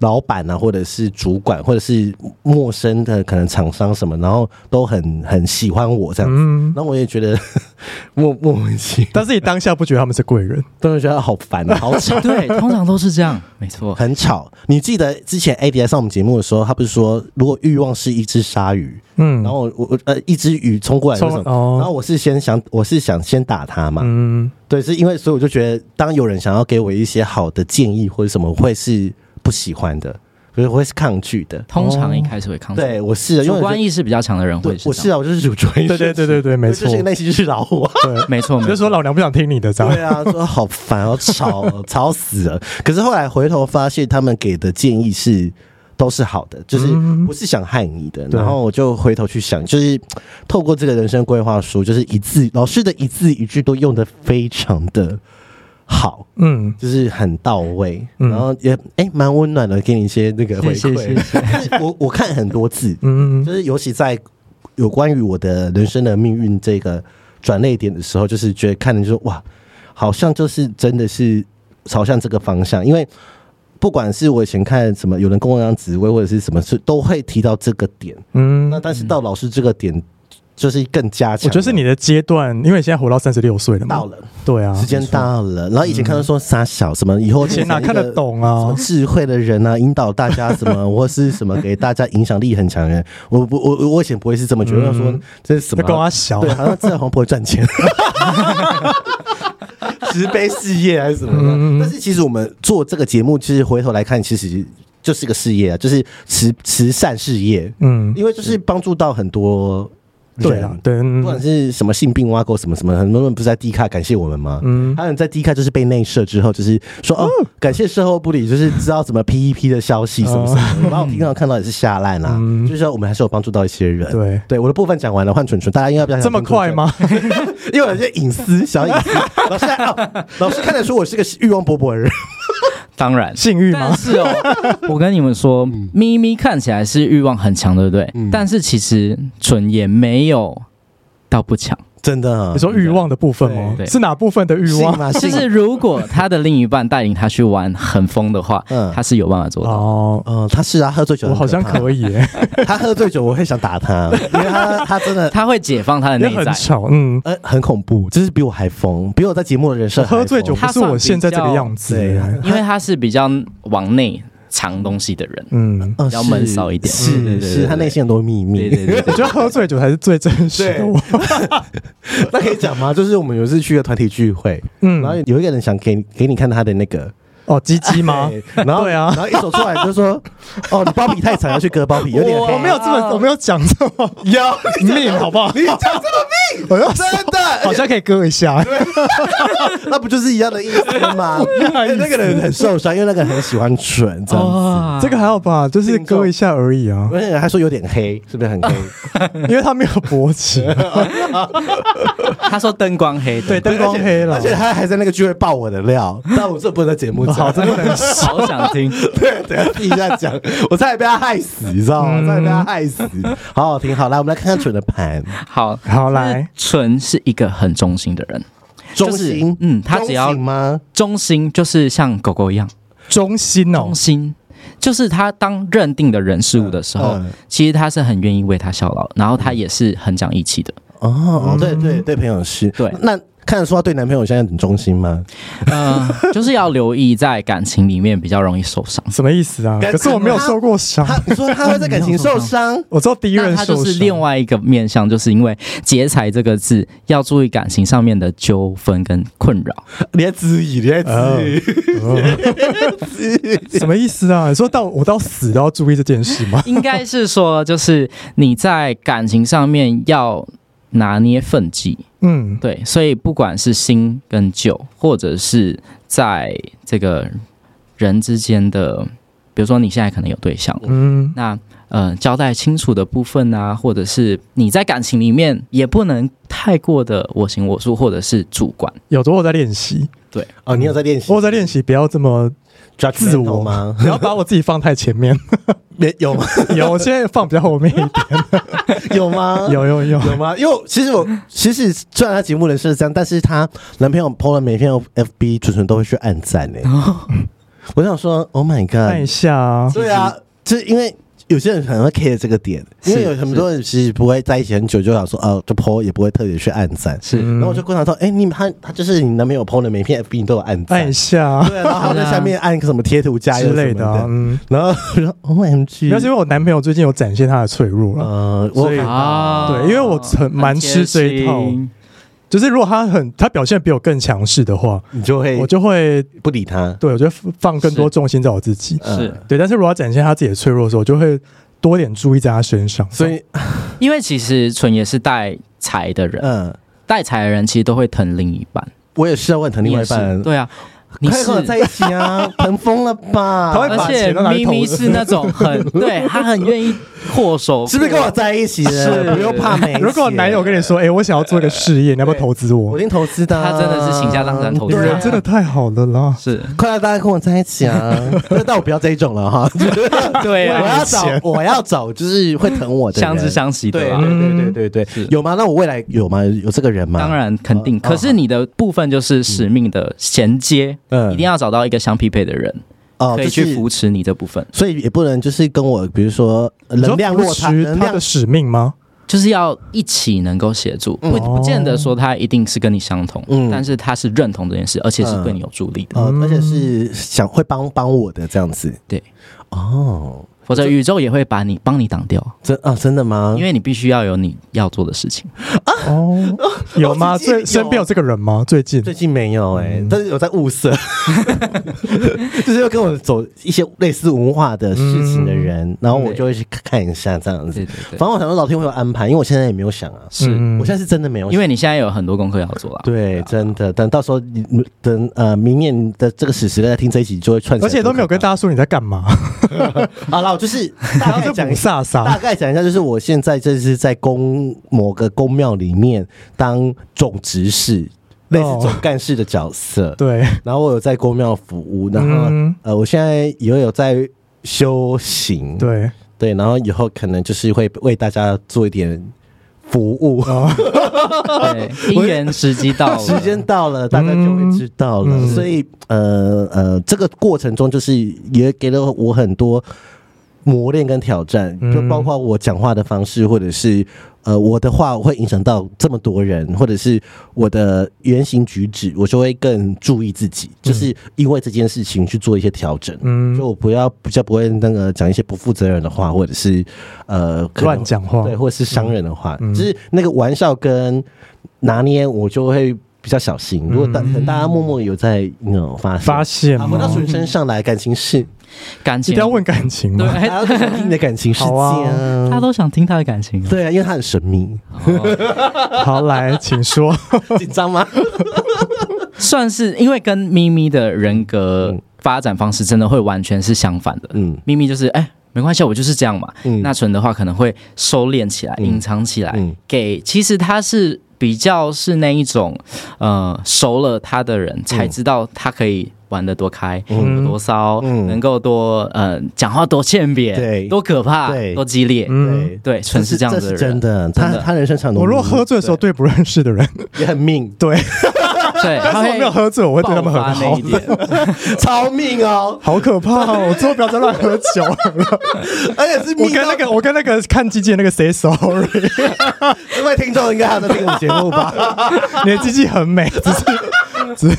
Speaker 1: 老板啊，或者是主管，或者是陌生的可能厂商什么，然后都很很喜欢我这样子。
Speaker 2: 嗯，
Speaker 1: 然后我也觉得 莫莫名其妙，
Speaker 2: 但是你当下不觉得他们是贵人？
Speaker 1: 都会觉得好 烦啊，好吵
Speaker 3: 对，通常都是这 样，没错。
Speaker 1: 很吵。你记得之前 AD 来上我们节目的时候，他不是说如果欲望是一只鲨鱼，
Speaker 2: 嗯，
Speaker 1: 然后我我呃一只鱼冲过来为什
Speaker 2: 冲
Speaker 1: 么？
Speaker 2: 哦
Speaker 1: 然后我是先想我是想先打它嘛，
Speaker 2: 嗯
Speaker 1: 对，是因为所以我就觉得，当有人想要给我一些好的建议或者什么，我会是不喜欢的，所以我会是抗拒的。
Speaker 3: 通常一开始会抗拒，
Speaker 1: 哦对，我是啊的，因
Speaker 3: 主
Speaker 1: 为我
Speaker 3: 观
Speaker 1: 觉
Speaker 3: 意识比较强的人
Speaker 1: 得
Speaker 3: 会
Speaker 1: 对，我
Speaker 3: 是这
Speaker 1: 是
Speaker 3: 样，
Speaker 1: 啊，我就是主观意识，
Speaker 2: 对对对对对，没
Speaker 1: 我
Speaker 2: 错
Speaker 1: 就，是内心就是啊老 我。
Speaker 3: 没错，没
Speaker 2: 就
Speaker 3: 错。
Speaker 2: 说老娘不想听你的，这样
Speaker 1: 对啊，说好烦，好吵哦，吵死了。可是后来回头发现，他们给的建议是都是好的，就是
Speaker 2: 嗯
Speaker 1: 不是想害你的。
Speaker 2: 对
Speaker 1: 然后我就回头去想，就是透过这个人生规划书，就是一字老师的一字一句都用的非常的好。
Speaker 2: 嗯，
Speaker 1: 就是很到位，
Speaker 2: 嗯
Speaker 1: 然后也哎蛮温暖的，给你一些那个回馈。
Speaker 3: 谢谢谢
Speaker 1: 就是 我我看很多次，
Speaker 2: 嗯
Speaker 1: 就是尤其在有关于我的人生的命运这个转捩点的时候，就是觉得看的就是哇，好像就是真的是朝向这个方向，因为。不管是我以前看什么有人跟我讲紫薇或者是什么，是都会提到这个点。
Speaker 2: 嗯，
Speaker 1: 那但是到老师这个点，就是更加强
Speaker 2: 我
Speaker 1: 了。
Speaker 2: 觉得是你的阶段，因为你现在活到三十六岁了
Speaker 1: 到
Speaker 2: 嘛，
Speaker 1: 了，
Speaker 2: 对啊，
Speaker 1: 时间到了。然后以前看到说傻小什么，以后
Speaker 2: 以前嗯哪
Speaker 1: 变成
Speaker 2: 看
Speaker 1: 一
Speaker 2: 得
Speaker 1: 个
Speaker 2: 懂
Speaker 1: 什么
Speaker 2: 啊？
Speaker 1: 智慧的人 啊，引导大家什么，或是什么给大家影响力很强的人，我不我我我以前不会是这么觉得，
Speaker 2: 嗯
Speaker 1: 说这是什
Speaker 2: 那跟
Speaker 1: 么
Speaker 2: 我
Speaker 1: 啊？
Speaker 2: 小
Speaker 1: 对，，好像这好像不会赚 钱， 慈悲事业还是什么的。
Speaker 2: 嗯
Speaker 1: 但是其实我们做这个节目，其实回头来看，其实就是个事业啊，就是慈慈善事业，
Speaker 2: 嗯，
Speaker 1: 因为就是帮助到很多
Speaker 2: 对
Speaker 1: 人
Speaker 2: 啊，，对，
Speaker 1: 不管
Speaker 2: 嗯
Speaker 1: 是什么性病挖沟什么什么，很多人不是在 D 卡感谢我们吗？
Speaker 2: 嗯
Speaker 1: 还有人在 D 卡就是被内射之后，就是说哦，感谢售后部里，就是知道怎么 PEP 的消息什么什么的。然后我平常看到也是下烂啦，
Speaker 2: 嗯
Speaker 1: 就是说我们还是有帮助到一些人。
Speaker 2: 对
Speaker 1: 对，我的部分讲完了，换纯纯，大家应该比较想
Speaker 2: 这么快吗？
Speaker 1: 听纯纯？因为有些隐私，小隐私。老 师、哦，老师看得出我是个欲望勃勃的人。
Speaker 3: 当然，
Speaker 2: 性欲
Speaker 3: 但
Speaker 2: 吗？
Speaker 3: 是哦， 我跟你们说，
Speaker 1: 嗯
Speaker 3: 咪咪看起来是欲望很强，对不对？但是其实蠢也没有到不强，
Speaker 1: 真的啊
Speaker 2: 你，说欲望的部分吗
Speaker 3: 对？对
Speaker 2: 是哪部分的欲望
Speaker 1: 信？吗？
Speaker 3: 就
Speaker 1: 信
Speaker 3: 是如果他的另一半带领他去玩很疯的话，
Speaker 1: 嗯
Speaker 3: 他是有办法做到。
Speaker 2: 哦，
Speaker 1: 嗯，他是啊，喝醉酒
Speaker 2: 我好像
Speaker 1: 很怕
Speaker 2: 可以耶，
Speaker 1: 他喝醉酒，我会想打 他，因为他他真的
Speaker 3: 他会解放他的
Speaker 2: 因为
Speaker 3: 内
Speaker 2: 很
Speaker 3: 在，
Speaker 2: 吵，嗯，
Speaker 1: 呃，很恐怖，就是比我还疯，比我在节目的人设还疯
Speaker 2: 喝醉酒不是我现在这个样子
Speaker 1: 他算
Speaker 2: 耶，
Speaker 3: 因为他是比较往内藏东西的人。
Speaker 2: 嗯，
Speaker 1: 嗯
Speaker 3: 比较闷骚一点
Speaker 1: 是
Speaker 3: 嗯对
Speaker 1: 是
Speaker 3: 对对
Speaker 1: 是，
Speaker 3: 对
Speaker 1: 他内心很多秘密。
Speaker 3: 对对对
Speaker 2: 我觉得喝醉酒才是最真实的我，
Speaker 1: 那可以讲吗？就是我们有一次去一个团体聚会，
Speaker 2: 嗯
Speaker 1: 然后，有一个人想给给你看他的那个，
Speaker 2: 哦，鸡鸡吗？
Speaker 1: 对然后
Speaker 2: 对啊
Speaker 1: 然后一走出来就说：“哦，你包皮太长，要去割包皮，有点
Speaker 2: 我
Speaker 1: 黑。啊
Speaker 2: 我没有这么，我没有讲这么
Speaker 1: 有
Speaker 2: 命，好不好？
Speaker 1: 你讲这么密，
Speaker 2: 我要
Speaker 1: 真的，
Speaker 2: 好像可以割一下，
Speaker 1: 那不就是一样的意思吗？
Speaker 2: 样意思哦
Speaker 1: 那个人很受伤，因为那个人很喜欢蠢，这样子。
Speaker 3: 哇
Speaker 2: 这个还好吧，就是割一下而已啊，
Speaker 1: 而且还说有点黑，是不是很黑？
Speaker 2: 因为他没有脖子，
Speaker 3: 他说灯光黑，
Speaker 2: 对，灯光黑了
Speaker 1: 而，且他还在那个聚会爆我的料， 但我这不能在节目讲，
Speaker 2: 好，这不能
Speaker 3: 好想 听。
Speaker 1: 对，等一下自己在讲，我差点被他害死，你知道吗？
Speaker 2: 嗯
Speaker 1: 差点被他害死，好好听。好，来，我们来看看蠢的盘，
Speaker 3: 好，
Speaker 2: 好来，
Speaker 3: 纯是一个很忠心的人，
Speaker 1: 中
Speaker 3: 是
Speaker 1: 心，
Speaker 3: 嗯他只要
Speaker 1: 中心吗？
Speaker 3: 忠心就是像狗狗一样，
Speaker 2: 中心哦
Speaker 3: 忠，心就是他当认定的人事物的时候，
Speaker 1: 嗯
Speaker 3: 其实他是很愿意为他效劳，然后他也是很讲义气的。
Speaker 1: 哦，对对对，朋友是，
Speaker 3: 对
Speaker 1: 那看得出他对男朋友现在很忠心吗？
Speaker 3: 嗯、就是要留意在感情里面比较容易受伤。
Speaker 2: 什么意思啊？
Speaker 1: 感
Speaker 2: 可是我没有受过 伤，
Speaker 1: 他，你说他会在感情受 伤？
Speaker 2: 我知道第一
Speaker 3: 那
Speaker 2: 任
Speaker 3: 他
Speaker 2: 受
Speaker 3: 就是
Speaker 2: 伤
Speaker 3: 另。外一个面向，就是因为“劫财”这个字要注意感情上面的纠纷跟困扰。
Speaker 1: 你在质疑，你在质疑，
Speaker 2: 什么意思啊？你说到我到死都要注意这件事吗？
Speaker 3: 应该是说，就是你在感情上面要拿捏分际，
Speaker 2: 嗯，
Speaker 3: 对，所以不管是新跟旧，或者是在这个人之间的，比如说你现在可能有对象，
Speaker 2: 嗯，
Speaker 3: 那呃交代清楚的部分啊，或者是你在感情里面也不能太过的我行我素，或者是主观。
Speaker 2: 有时候我在练习，
Speaker 1: 哦，你有在练习？
Speaker 2: 我有在练习，不要这么 自我
Speaker 1: 吗？
Speaker 2: 不要把我自己放太 前面。
Speaker 1: 没有吗
Speaker 2: 有，我现在放比较后面一点。
Speaker 1: 有吗？
Speaker 2: 有有有，
Speaker 1: 有吗？因为其实 我其实虽然她节目人设是这样，但是她男朋友 PO 了每篇 FB 纯纯都会去按赞 哎、我想说，Oh my
Speaker 2: 看
Speaker 1: god！
Speaker 2: 一下啊。
Speaker 1: 对啊，就是因为。有些人可能会 care 这个点，因为有很多人其实不会在一起很久，就想说哦，就 PO 也不会特别去按赞。
Speaker 3: 是
Speaker 1: 然后我就观察到，哎、你他他就是你男朋友 PO 的每篇 FB 你都有按
Speaker 2: 按
Speaker 1: 赞
Speaker 2: 一，下啊
Speaker 1: 对，然后他在下面按个什么贴图加油
Speaker 2: 之类
Speaker 1: 什
Speaker 2: 的
Speaker 1: 么
Speaker 2: 啊，嗯。
Speaker 1: 然后我说 O M G，
Speaker 2: 主要是因为我男朋友最近有展现他的脆弱了，
Speaker 1: 呃，我
Speaker 2: 所以
Speaker 3: 啊
Speaker 2: 对因为我很蛮吃这一套
Speaker 3: 很贴心
Speaker 2: 就是如果他很他表现比我更强势的话，
Speaker 1: 你就会
Speaker 2: 我就会
Speaker 1: 不理他，
Speaker 2: 对我就放更多重心在我自己。
Speaker 1: 嗯
Speaker 3: 是
Speaker 2: 对，但是如果要展现他自己的脆弱的时候，我就会多点注意在他身上。
Speaker 1: 所以
Speaker 3: 因为其实纯也是带财的人，
Speaker 1: 嗯，
Speaker 3: 带财的人其实都会疼另一半，
Speaker 1: 我也是要问疼另外一
Speaker 3: 你也
Speaker 1: 半
Speaker 3: 是，对啊，你
Speaker 1: 快
Speaker 3: 是
Speaker 1: 跟我在一起 啊，疼疯了吧？
Speaker 2: 他会把
Speaker 3: 而
Speaker 2: 钱
Speaker 3: 且
Speaker 2: 都拿去
Speaker 3: 咪
Speaker 2: 投
Speaker 3: 咪
Speaker 2: 资
Speaker 3: 是那种 很对他很愿意阔手，
Speaker 1: 是不是跟我在一起
Speaker 3: 是
Speaker 1: 了？不用怕没钱。
Speaker 2: 如果男友跟 你说：“哎、我想要做一个事业，你要不要投资
Speaker 1: 我
Speaker 2: 我
Speaker 1: 一定投资的啊，
Speaker 3: 他真的是倾家荡产投？”
Speaker 2: 你
Speaker 3: 资啊
Speaker 1: 对
Speaker 2: 人
Speaker 1: 啊
Speaker 2: 真的太好了啦！
Speaker 3: 是
Speaker 1: 快来，大家跟我在一起啊！ 但我不要这一种了哈，
Speaker 3: 对
Speaker 1: 我
Speaker 3: 啊
Speaker 1: 要，找我要找就是会疼我的人
Speaker 3: 相知相惜
Speaker 1: 对
Speaker 3: 的啊。
Speaker 1: 对对对
Speaker 2: 嗯
Speaker 1: 对对
Speaker 3: 是，
Speaker 1: 有吗？那我未来有吗？有这个人吗？
Speaker 3: 当，然肯
Speaker 2: 嗯
Speaker 3: 定，
Speaker 1: 哦
Speaker 3: 可是你的部分就是使命的衔接，
Speaker 1: 嗯
Speaker 3: 一定要找到一个相匹配的人，
Speaker 1: 哦，
Speaker 3: 可以
Speaker 1: 就
Speaker 3: 去
Speaker 1: 是
Speaker 3: 扶持你这部分，
Speaker 1: 所以也不能就是跟我，比如说呃能量
Speaker 2: 落
Speaker 1: 落差，能
Speaker 2: 他
Speaker 1: 量
Speaker 2: 的使命吗？
Speaker 3: 就是要一起能够协助，不
Speaker 2: 哦
Speaker 3: 不见得说他一定是跟你相同
Speaker 1: 嗯，
Speaker 3: 但是他是认同这件事，而且是对你有助力的，
Speaker 1: 呃，而且是想会帮帮我的这样子。
Speaker 3: 对，
Speaker 1: 哦，
Speaker 3: 否则宇宙也会把你帮你挡掉，
Speaker 1: 真啊，真的吗？
Speaker 3: 因为你必须要有你要做的事情。
Speaker 2: 哦，有吗？
Speaker 1: 最近有
Speaker 2: 最身边有这个人吗？最近
Speaker 1: 最近没有哎、
Speaker 2: 嗯
Speaker 1: 但是有在物 色，就是要跟我走一些类似文化的事情
Speaker 2: 嗯
Speaker 1: 的人，然后我就会去看一下这样子
Speaker 3: 对。对
Speaker 1: 反
Speaker 3: 对
Speaker 1: 正我想说老天会有安排，因为我现在也没有想啊，
Speaker 3: 是
Speaker 2: 嗯
Speaker 1: 我现在是真的没有想
Speaker 3: 因为你现在有很多功课要做啊啦。
Speaker 2: 啊
Speaker 1: 对，真的，等到时候你等呃明年的这个史实在听这一集就会串起来看
Speaker 2: 而
Speaker 1: 看，
Speaker 2: 且都没有跟大家说你在干嘛，
Speaker 1: 好了，我 就是大
Speaker 2: 然后
Speaker 1: 概
Speaker 2: 就
Speaker 1: 讲
Speaker 2: 不
Speaker 1: 一下。
Speaker 2: 飒
Speaker 1: 大
Speaker 2: 飒。
Speaker 1: 概讲一下，就是我现在这是在宫某个宫庙里面当总执事，类似
Speaker 2: 哦
Speaker 1: 总干事的角色。
Speaker 2: 对，
Speaker 1: 然后我有在宫庙服务，然后、
Speaker 2: 嗯
Speaker 1: 呃，我现在也有在修行，
Speaker 2: 对，
Speaker 1: 对然后以后可能就是会为大家做一点服务。
Speaker 2: 哦
Speaker 3: 对， 姻缘时机到了，
Speaker 1: 时间到了，大家就会知道了。
Speaker 2: 嗯
Speaker 1: 所以，呃呃，这个过程中就是也给了我很多磨练跟挑战，
Speaker 2: 嗯
Speaker 1: 就包括我讲话的方式，或者是呃我的话会影响到这么多人，或者是我的言行举止，我就会更注意自己，就是因为这件事情去做一些调整。
Speaker 2: 嗯
Speaker 1: 就，我不要比较不会那个讲一些不负责任的话，或者是呃可能
Speaker 2: 乱讲话
Speaker 1: 对，或者是伤人的话，
Speaker 2: 嗯
Speaker 1: 就是那个玩笑跟拿捏，我就会比较小心。如果大可能大家默默有在那种发
Speaker 2: 嗯发现
Speaker 1: 啊，回
Speaker 2: 吗
Speaker 1: 到纯身上来，感情事，
Speaker 3: 感
Speaker 2: 一
Speaker 3: 情
Speaker 2: 定要问感情
Speaker 3: 对，
Speaker 2: 吗？
Speaker 1: 大
Speaker 3: 哎
Speaker 1: 家都想听你的感情世界
Speaker 2: 好啊
Speaker 3: 他都想听他的感情啊。
Speaker 1: 对啊，因为他很神 秘，
Speaker 2: 好，来，请 说。
Speaker 1: 紧张吗？
Speaker 3: 算是因为跟咪咪的人格发展方式真的会完全是相反的。
Speaker 1: 嗯
Speaker 3: 咪咪就是哎、没关系，我就是这样嘛。
Speaker 1: 嗯
Speaker 3: 那纯的话可能会收敛起来、
Speaker 1: 嗯
Speaker 3: 隐藏起来，
Speaker 1: 嗯
Speaker 3: 给其实他是比较是那一种呃熟了他的人才知道他可以玩得多开。有
Speaker 2: 嗯
Speaker 3: 多骚，
Speaker 1: 嗯
Speaker 3: 能够多呃讲话多欠扁，
Speaker 1: 对
Speaker 3: 多可怕，
Speaker 1: 对
Speaker 3: 多激烈，
Speaker 2: 嗯，
Speaker 1: 对，
Speaker 3: 对，纯是这样子的
Speaker 1: 是
Speaker 3: 人，
Speaker 1: 真
Speaker 3: 啊
Speaker 1: 的。他他人生场
Speaker 2: 我如果喝醉的时候对不认识的 人，
Speaker 1: 也很 命，
Speaker 2: 对，
Speaker 3: 对，
Speaker 2: 但
Speaker 3: 他
Speaker 2: 是我
Speaker 3: 会
Speaker 2: 没有喝醉，我会对他们很
Speaker 3: 爆发那
Speaker 2: 好
Speaker 3: 一。点，
Speaker 1: 超命哦，
Speaker 2: 好可怕哦！我之后不要再乱喝 酒了。
Speaker 1: 而且是
Speaker 2: 我
Speaker 1: 命
Speaker 2: 跟
Speaker 1: 到
Speaker 2: 那个，我跟那个看鸡鸡的那个 say sorry，
Speaker 1: 各位听众应该还有在听我们节目吧？
Speaker 2: 你的鸡鸡很美，只是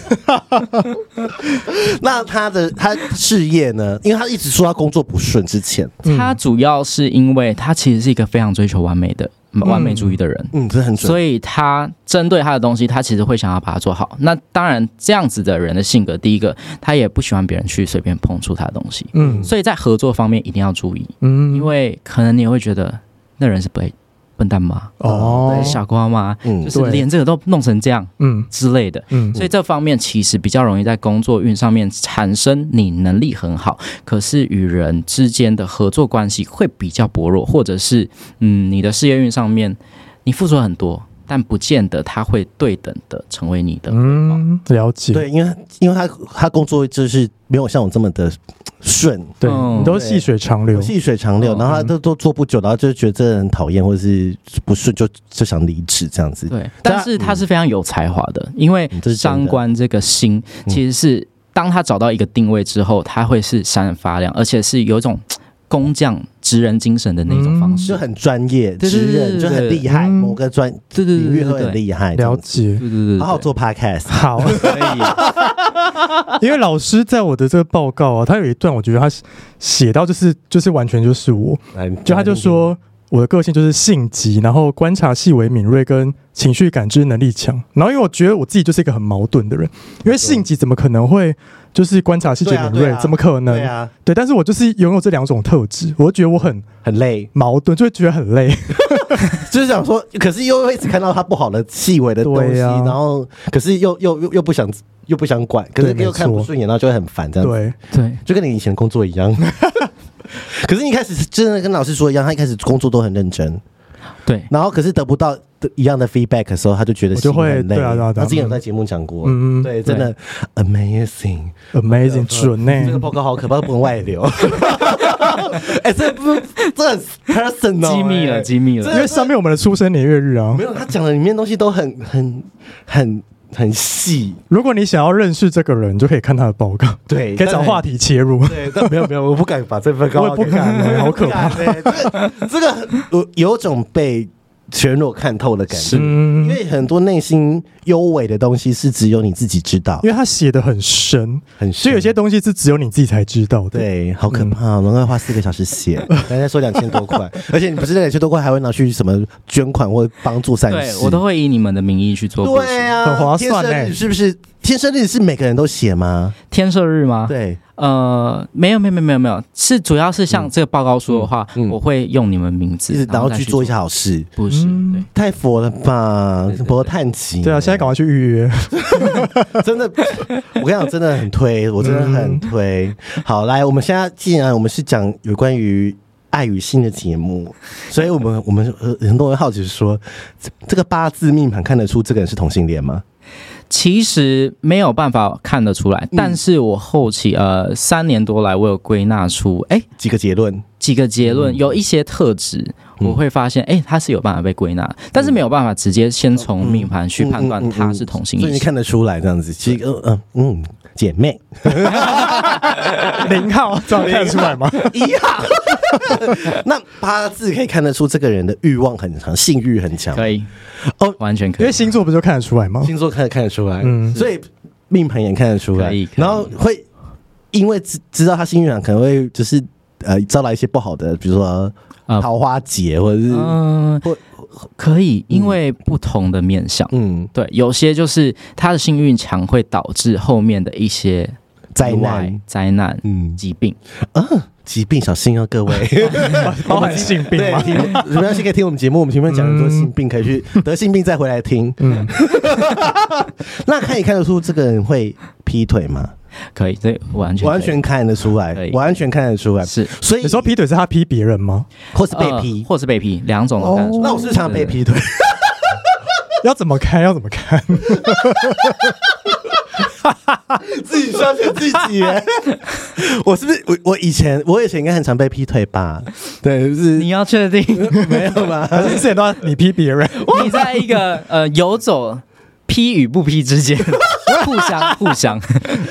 Speaker 1: 那他的他事业呢？因为他一直说他工作不顺，之前，
Speaker 3: 他主要是因为他其实是一个非常追求完美的完美主义的人。
Speaker 1: 嗯，这很准。
Speaker 3: 所以他针对他的东西，他其实会想要把它做好。那当然，这样子的人的性格，第一个，他也不喜欢别人去随便碰触他的东西，
Speaker 2: 嗯
Speaker 3: 所以在合作方面一定要注意，
Speaker 2: 嗯
Speaker 3: 因为可能你也会觉得那人是被笨蛋吗？
Speaker 2: 哦，
Speaker 3: 傻瓜吗？
Speaker 1: 嗯
Speaker 3: 就是
Speaker 2: 对
Speaker 3: 连这个都弄成这样
Speaker 2: 嗯
Speaker 3: 之类的。
Speaker 2: 嗯，
Speaker 3: 所以这方面其实比较容易在工作运上面产生你能力很好，可是与人之间的合作关系会比较薄弱，或者是嗯，你的事业运上面你付出了很多，但不见得他会对等的成为你的。
Speaker 2: 嗯，了解，
Speaker 1: 对，因为因为他他工作就是没有像我这么的顺，
Speaker 2: 对，
Speaker 3: 嗯
Speaker 2: 你都细水长流，
Speaker 1: 细水长流，
Speaker 3: 嗯
Speaker 1: 然后他都都做不久，然后就觉得这人很讨厌或者是不顺，就就想离职这样子。
Speaker 3: 对，
Speaker 1: 但嗯
Speaker 3: 但是他是非常有才华的，因为
Speaker 1: 嗯这是真的
Speaker 3: 商官这个星
Speaker 1: 嗯
Speaker 3: 其实是当他找到一个定位之后，他会是闪闪发亮，而且是有一种
Speaker 1: 嗯
Speaker 3: 嘖工匠职人精神的那种方式。
Speaker 1: 就很专业，
Speaker 3: 对对
Speaker 1: 职人
Speaker 3: 对对
Speaker 1: 就很厉害，
Speaker 2: 嗯
Speaker 1: 某个专
Speaker 3: 对对
Speaker 1: 领
Speaker 3: 对
Speaker 1: 域
Speaker 3: 对
Speaker 1: 会
Speaker 3: 对
Speaker 1: 很厉害。这
Speaker 2: 了
Speaker 1: 样子
Speaker 2: 解。
Speaker 3: 对对对，
Speaker 1: 好好做 podcast，
Speaker 2: 好， 因为老师在我的这个报告啊，他有一段我觉得他写写到就是就是完全就是我，
Speaker 1: 来
Speaker 2: 就他就，说我的个性就是性急，然后观察细微敏锐，跟情绪感知能力强。然后因为我觉得我自己就是一个很矛盾的人，因为性急怎么可能会就是观察细节
Speaker 1: 对啊
Speaker 2: 敏锐
Speaker 1: 对？啊
Speaker 2: 怎么可能
Speaker 1: 对？啊，
Speaker 2: 对，但是我就是拥有这两种特质，我就觉得我很
Speaker 1: 很累，
Speaker 2: 矛盾，就会觉得很累。
Speaker 1: 就是想说，可是又会一直看到他不好的细微的东西，
Speaker 2: 对啊
Speaker 1: 然后可是又又又又不想又不想管，可是
Speaker 2: 对
Speaker 1: 又看
Speaker 2: 没错
Speaker 1: 不顺眼，然后就会很烦这样子。
Speaker 2: 对，
Speaker 3: 对，
Speaker 1: 就跟你以前工作一 样。可是你一开始真的跟老师说一样，他一开始工作都很认真，
Speaker 3: 对，
Speaker 1: 然后可是得不到的一样的 feedback 的时候，他就觉得
Speaker 2: 我就
Speaker 1: 心
Speaker 2: 会
Speaker 1: 很累。
Speaker 2: 对啊对啊对
Speaker 1: 他
Speaker 2: 啊
Speaker 1: 之前有在节目讲过，
Speaker 2: 嗯嗯
Speaker 1: 对，真的 amazing，
Speaker 2: ，amazing 准呢、
Speaker 1: 这个报告好可怕，不能外 流。哎、这不这很 personal，
Speaker 3: 机密了，
Speaker 1: 哎
Speaker 3: 机密了
Speaker 2: 因。为上面我们的出生年月日啊
Speaker 1: 没，有他讲的里面东西都很很很很细，
Speaker 2: 如果你想要认识这个人，你就可以看他的报告，
Speaker 1: 对，
Speaker 2: 可以找话
Speaker 1: 题。
Speaker 2: 题切入。
Speaker 1: 对，但没有没有，我不敢把这份
Speaker 2: 我也不敢
Speaker 1: 给
Speaker 2: 好可怕
Speaker 1: 我不敢欸这个这个很我有种被全裸看透的感觉，因
Speaker 2: 嗯，
Speaker 1: 为很多内心幽微的东西是只有你自己知道
Speaker 2: 因，为他写的很深，
Speaker 1: 很
Speaker 2: 所以有些嗯东西是只有你自己才知道的。
Speaker 1: 对，好可怕哦，难怪花四个小时写，人家说两千多 块，而且你不是那两千多块，还会拿去什么捐款或帮助善
Speaker 3: 对
Speaker 1: 事，
Speaker 3: 我都会以你们的名义去做布施。
Speaker 1: 对啊，
Speaker 2: 很划算
Speaker 1: 天生
Speaker 2: 欸
Speaker 1: 日是不是？天生日是每个人都写吗？
Speaker 3: 天赦日
Speaker 2: 啊
Speaker 3: 吗？
Speaker 1: 对，
Speaker 3: 呃，没有，没有，没有，没有，没有，是主要是像这个报告说的话，
Speaker 1: 嗯嗯
Speaker 3: 我会用你们名字，
Speaker 1: 然后
Speaker 3: 再
Speaker 1: 去
Speaker 3: 去
Speaker 1: 做一些，好事，
Speaker 3: 不是，
Speaker 2: 嗯
Speaker 3: 对
Speaker 1: 太佛了吧
Speaker 3: 对对，对
Speaker 1: 佛叹气。
Speaker 2: 对啊，现在赶快去预约。
Speaker 1: 真的，我跟你讲，真的很推，我真
Speaker 2: 嗯
Speaker 1: 的很推。好，来，我们现在既然我们是讲有关于爱与性的节目，所以我们我们呃很多人好奇说，这这个八字命盘看得出这个人是同性恋吗？
Speaker 3: 其实没有办法看得出来，
Speaker 1: 嗯
Speaker 3: 但是我后期呃三年多来，我有归纳出哎
Speaker 1: 几个结论，
Speaker 3: 几个结论，有一些特质，
Speaker 1: 嗯
Speaker 3: 我会发现哎它是有办法被归纳的，但是没有办法直接先从命盘去判
Speaker 1: 嗯
Speaker 3: 断
Speaker 1: 嗯嗯
Speaker 3: 它是同性
Speaker 1: 所以
Speaker 3: 异
Speaker 1: 你
Speaker 3: 性。
Speaker 1: 看得出来这样子。其实，嗯嗯嗯，姐妹
Speaker 2: 零号，这样看得出来吗？
Speaker 1: 一样。那八字可以看得出这个人的欲望很强，性欲很强。
Speaker 3: 可以，
Speaker 1: 哦
Speaker 3: 完全可
Speaker 2: 因
Speaker 3: 以
Speaker 2: 为。星座不就看得出来吗？
Speaker 1: 星座看得看得出来，
Speaker 2: 哦嗯
Speaker 1: 所以命盘也看得出来
Speaker 3: 可以，可以
Speaker 1: 然后会因为知知道他幸运场啊可能会就是呃招来一些不好的，比如说
Speaker 3: 啊
Speaker 1: 桃花劫或者是
Speaker 3: 嗯
Speaker 1: 或，
Speaker 3: 可以，因为不同的面相。
Speaker 1: 嗯
Speaker 3: 对，有些就是他的幸运强会导致后面的一些
Speaker 1: 灾
Speaker 3: 意外
Speaker 1: 难，
Speaker 3: 灾难、
Speaker 1: 嗯
Speaker 3: 疾病。
Speaker 1: 啊疾病小心哦，各 位，
Speaker 2: 包含性病
Speaker 1: 对
Speaker 2: 吗？
Speaker 1: 题目没关系，可以听我们节目，我们前面讲很多性病，可以去得性病再回来听。
Speaker 2: 嗯，
Speaker 1: 那看也看得出这个人会劈腿吗？
Speaker 3: 可以，这完全可以
Speaker 1: 完全看得出
Speaker 3: 可
Speaker 1: 来，
Speaker 3: 以
Speaker 1: 完全看得出来。
Speaker 3: 是
Speaker 1: 所以
Speaker 2: 你说劈腿是他劈别人吗？
Speaker 1: 或是被哦
Speaker 3: 呃
Speaker 1: 劈，
Speaker 3: 或是被劈，两种
Speaker 2: 哦
Speaker 3: 都看得出来。
Speaker 1: 那我是不是常被劈腿。
Speaker 2: 要怎么看？要怎 么看？
Speaker 1: 自己相信自己耶。 我是不是我我以前我以前应该很常被劈腿吧？对，就是
Speaker 3: 你要 确定
Speaker 1: 没有吧？
Speaker 2: 还是之前都要你劈别人？
Speaker 3: 你在一个呃游走劈与不劈 之间，互相互相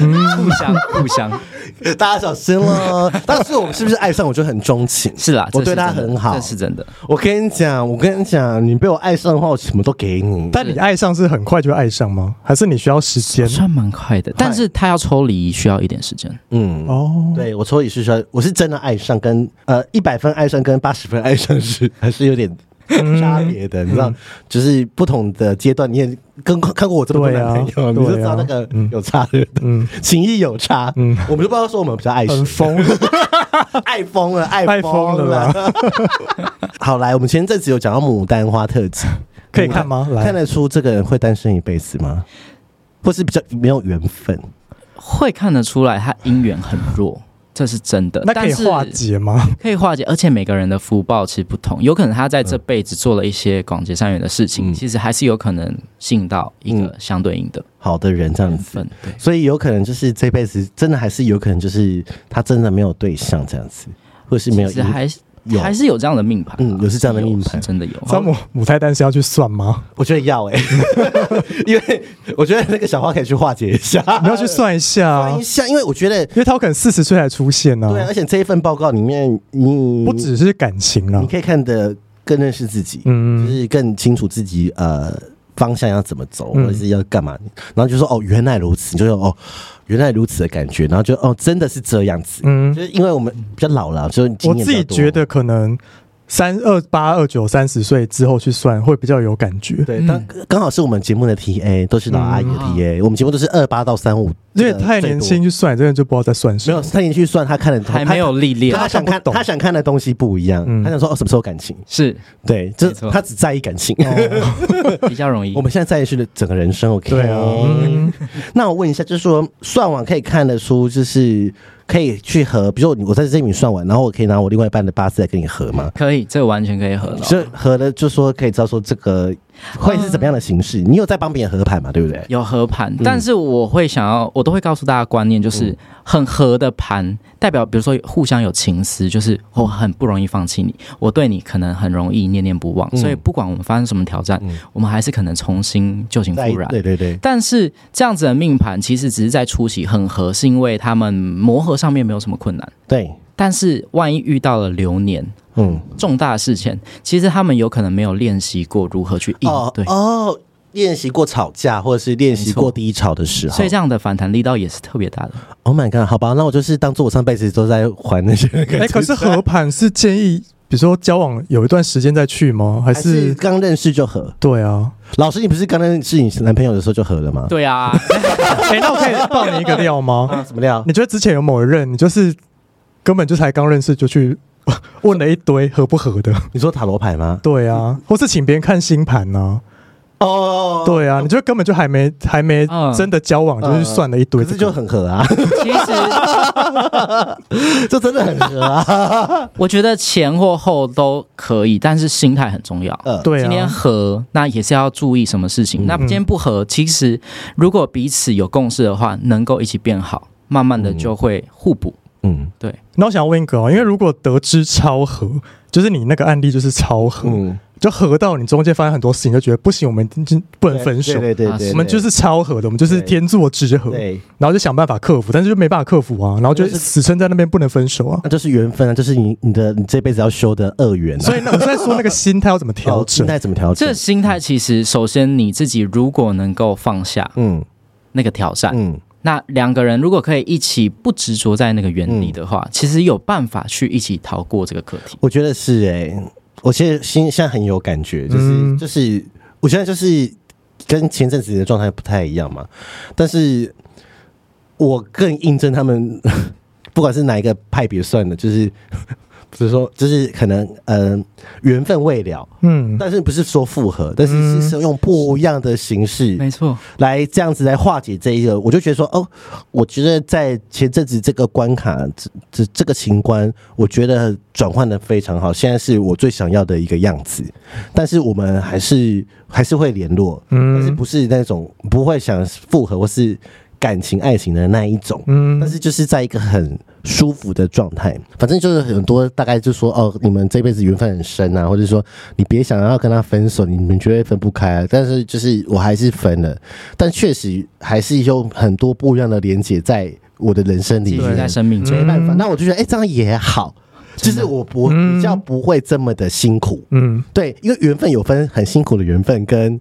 Speaker 1: 嗯
Speaker 3: 互相互相，
Speaker 1: 大家小心 了。但是我是不是爱上我就很钟情？
Speaker 3: 是啦，
Speaker 1: 我
Speaker 3: 这是
Speaker 1: 对他
Speaker 3: 真的
Speaker 1: 很好
Speaker 3: 这是真的。
Speaker 1: 我跟你讲，我跟你讲，你被我爱上的话，我什么都给你。
Speaker 2: 但你爱上是很快就爱上吗？还是你需要时间？
Speaker 3: 算蛮快的，但是他要抽离需要一点时间。
Speaker 1: 嗯，
Speaker 2: 哦，
Speaker 1: 对我所以是说，我是真的爱上跟，呃一百分爱上跟八十分爱上是还是有点。
Speaker 2: 嗯
Speaker 1: 差别的，你知道，就是不同的阶段，你也跟看过我这么多
Speaker 2: 对
Speaker 1: 男
Speaker 2: 啊
Speaker 1: 朋友，你就
Speaker 2: 对啊
Speaker 1: 知道那个
Speaker 2: 嗯
Speaker 1: 有差的，
Speaker 2: 嗯，
Speaker 1: 情谊有差，
Speaker 2: 嗯
Speaker 1: 我们就不知道 说我们比较爱谁
Speaker 2: 很，疯，
Speaker 1: 爱疯了，爱
Speaker 2: 太疯
Speaker 1: 疯
Speaker 2: 了
Speaker 1: 了。
Speaker 2: 啦！
Speaker 1: 好来，我们前阵子有讲到牡丹花特辑，
Speaker 2: 可以看吗？
Speaker 1: 看
Speaker 2: 来，
Speaker 1: 得出这个人会单身一辈子吗？或是比较没有缘分？
Speaker 3: 会看得出来他姻缘很弱，这是真的。
Speaker 2: 那可以
Speaker 3: 但是
Speaker 2: 化解吗？
Speaker 3: 可以化解，而且每个人的福报其实不同，有可能他在这辈子做了一些广结善缘的事情，
Speaker 1: 嗯
Speaker 3: 其实还是有可能吸引到一个相对应的
Speaker 1: 好的人这样
Speaker 3: 缘
Speaker 1: 子
Speaker 3: 分，。对，
Speaker 1: 所以有可能就是这辈子真的还是有可能就是他真的没有对象这样子，或者是没有
Speaker 3: 其实
Speaker 1: 姻
Speaker 3: 还是
Speaker 1: 有
Speaker 3: 还是有这样的命盘啊，
Speaker 1: 嗯有是这样的命盘
Speaker 3: 是真的有。 哦
Speaker 2: 张母母胎单身要去算吗？
Speaker 1: 我觉得要 哎、因为我觉得那个小花可以去化解一下，
Speaker 2: 你要去算一下啊，
Speaker 1: 呃算一下，因为我觉得
Speaker 2: 因为他有可能四十岁才出现呢、
Speaker 1: 对，而且这一份报告里面，你
Speaker 2: 不只是感情啊
Speaker 1: 你。可以看得更认识自己，
Speaker 2: 嗯
Speaker 1: 就是更清楚自己呃方向要怎么走，
Speaker 2: 嗯
Speaker 1: 或者是要干嘛，然后就说哦原来如此，你就说哦原来如此的感觉，然后就哦真的是这样子，
Speaker 2: 嗯
Speaker 1: 就，是因为我们比较老了，所以经
Speaker 2: 我
Speaker 1: 验
Speaker 2: 自己
Speaker 1: 比较多
Speaker 2: 觉得可能三二八二九三十岁之后去算会比较有感觉，
Speaker 1: 对，当刚好是我们节目的 TA 都是老阿姨的 TA，、我们节目都是二八到三五，
Speaker 2: 嗯啊因为太年轻去算，真的就不知道在算什
Speaker 1: 没有
Speaker 2: 么。
Speaker 1: 他年去算他看的
Speaker 3: 还没有历练
Speaker 1: 他，他想看他想看的东西不一样，
Speaker 2: 嗯
Speaker 1: 他想说哦什么时候感情，
Speaker 3: 是
Speaker 1: 对，就
Speaker 3: 没错
Speaker 1: 他只在意感情。
Speaker 3: 比较容 易
Speaker 1: 我。们现在在意是整个人生，OK？
Speaker 2: 哦对啊，嗯，
Speaker 1: 那我问一下，就是说算完可以看得出，就是可以去合，比如说我在这里算完，然后我可以拿我另外一半的八字来跟你合吗？
Speaker 3: 可以，这完全可以合
Speaker 2: 哦
Speaker 3: 了。
Speaker 1: 就合了，就说可以知道说这个会是怎么样的形式。你有在帮别人合盘嘛？对不对？
Speaker 3: 有合盘，
Speaker 1: 嗯
Speaker 3: 但是我会想要，我都会告诉大家观念，就是很合的盘代表，比如说互相有情思，就是我很不容易放弃你，我对你可能很容易念念不忘，
Speaker 1: 嗯
Speaker 3: 所以不管我们发生什么挑战，我们还是可能重新旧情
Speaker 1: 在
Speaker 3: 复燃。
Speaker 1: 对对对，
Speaker 3: 但是这样子的命盘其实只是在初期很合，是因为他们磨合上面没有什么困难，
Speaker 1: 对，
Speaker 3: 但是万一遇到了流年
Speaker 1: 嗯，
Speaker 3: 重大事件，其实他们有可能没有练习过如何去应
Speaker 1: 哦
Speaker 3: 对。
Speaker 1: 哦，练习过吵架，或者是练习
Speaker 3: 没错
Speaker 1: 过低潮的时候，
Speaker 3: 所以这样的反弹力道也是特别大的。
Speaker 1: Oh my god！好吧，那我就是当做我上辈子都在还那些感
Speaker 2: 哎，可 是合盘是建议，比如说交往有一段时间再去吗？还
Speaker 1: 还是
Speaker 2: 是
Speaker 1: 刚认识就合？
Speaker 2: 对啊？
Speaker 1: 老师，你不是刚认识你男朋友的时候就合了吗？，
Speaker 3: 对 啊，
Speaker 2: 哎，那我可以爆你一个啊 料吗？
Speaker 1: 怎么料？
Speaker 2: 你觉得之前有某一任，你就是根本就才刚认识就去 问了一堆合不合的？
Speaker 1: 你说塔罗牌吗？
Speaker 2: 对啊，或是请别人看星盘呢、
Speaker 1: 哦，
Speaker 2: 对啊，你就根本就还没还没
Speaker 3: 嗯
Speaker 2: 真的交往，就
Speaker 1: 嗯
Speaker 2: 是算了一堆
Speaker 1: 可
Speaker 2: 这
Speaker 1: 是
Speaker 2: 个，
Speaker 1: 就很合啊，
Speaker 3: 其实。
Speaker 1: 就真的很合 啊。
Speaker 3: 我觉得前或后都可以，但是心态很重要。
Speaker 1: 呃，
Speaker 2: 对
Speaker 3: 今天
Speaker 2: 啊，
Speaker 3: 合，那也是要注意什么事情。那今天不合，其实如果彼此有共识的话，能够一起变好，慢慢的就会互补。
Speaker 1: 嗯
Speaker 2: 那我想问一个哦，因为如果得知超合，就是你那个案例就是超合，
Speaker 1: 嗯，
Speaker 2: 就合到你中间发生很多事情，就觉得不行，我们就不能分手，
Speaker 1: 对对对对，
Speaker 3: 啊
Speaker 1: 对
Speaker 2: 我们就是超合的，我们就是
Speaker 1: 对
Speaker 2: 天作之合，
Speaker 1: 对，
Speaker 2: 然后就想办法克服，但是就没办法克服啊，然后就死撑在那边不能分手啊。
Speaker 1: 那就是缘分啊，就是你你的你这辈子要修的恶缘啊。
Speaker 2: 所以呢，我是在说那个心态要怎么调
Speaker 1: 哦心
Speaker 2: 整。
Speaker 1: 态怎么调
Speaker 3: 这
Speaker 1: 整
Speaker 3: 个？心态其实，首先你自己如果能够放下
Speaker 1: 嗯
Speaker 3: 那个挑战，
Speaker 1: 嗯，
Speaker 3: 那两个人如果可以一起不执着在那个原理的话，
Speaker 1: 嗯
Speaker 3: 其实有办法去一起逃过这个课题。
Speaker 1: 我觉得是哎、我其实心现在很有感觉，就是、
Speaker 2: 嗯
Speaker 1: 就是，我现在就是跟前阵子的状态不太一样嘛，但是我更印证他们， 不管是哪一个派别算的，就是 比如说，就是可能嗯缘、分未了，
Speaker 2: 嗯，
Speaker 1: 但是不是说复合，但是是是用不一样的形式，
Speaker 3: 没错，
Speaker 1: 来这样子来化解这一个，我就觉得说，哦，我觉得在前阵子这个关卡，这这这个情关，我觉得转换的非常好，现在是我最想要的一个样子。但是我们还是还是会联络，
Speaker 2: 嗯
Speaker 1: 但是不是那种不会想复合或是感情爱情的那一种，
Speaker 2: 嗯
Speaker 1: 但是就是在一个很舒服的状态，反正就是很多大概就说哦，你们这辈子缘分很深啊，或者说你别想要跟他分手，你们绝对分不开、啊。但是就是我还是分了，但确实还是有很多不一样的连接在我的人生里
Speaker 3: 继续
Speaker 1: 面，
Speaker 3: 在生命中
Speaker 1: 没办法。
Speaker 2: 嗯
Speaker 1: 那我就觉得哎、这样也好，就是我不
Speaker 2: 嗯
Speaker 1: 比较不会这么的辛苦。
Speaker 2: 嗯，
Speaker 1: 对，因为缘分有分很辛苦的缘分跟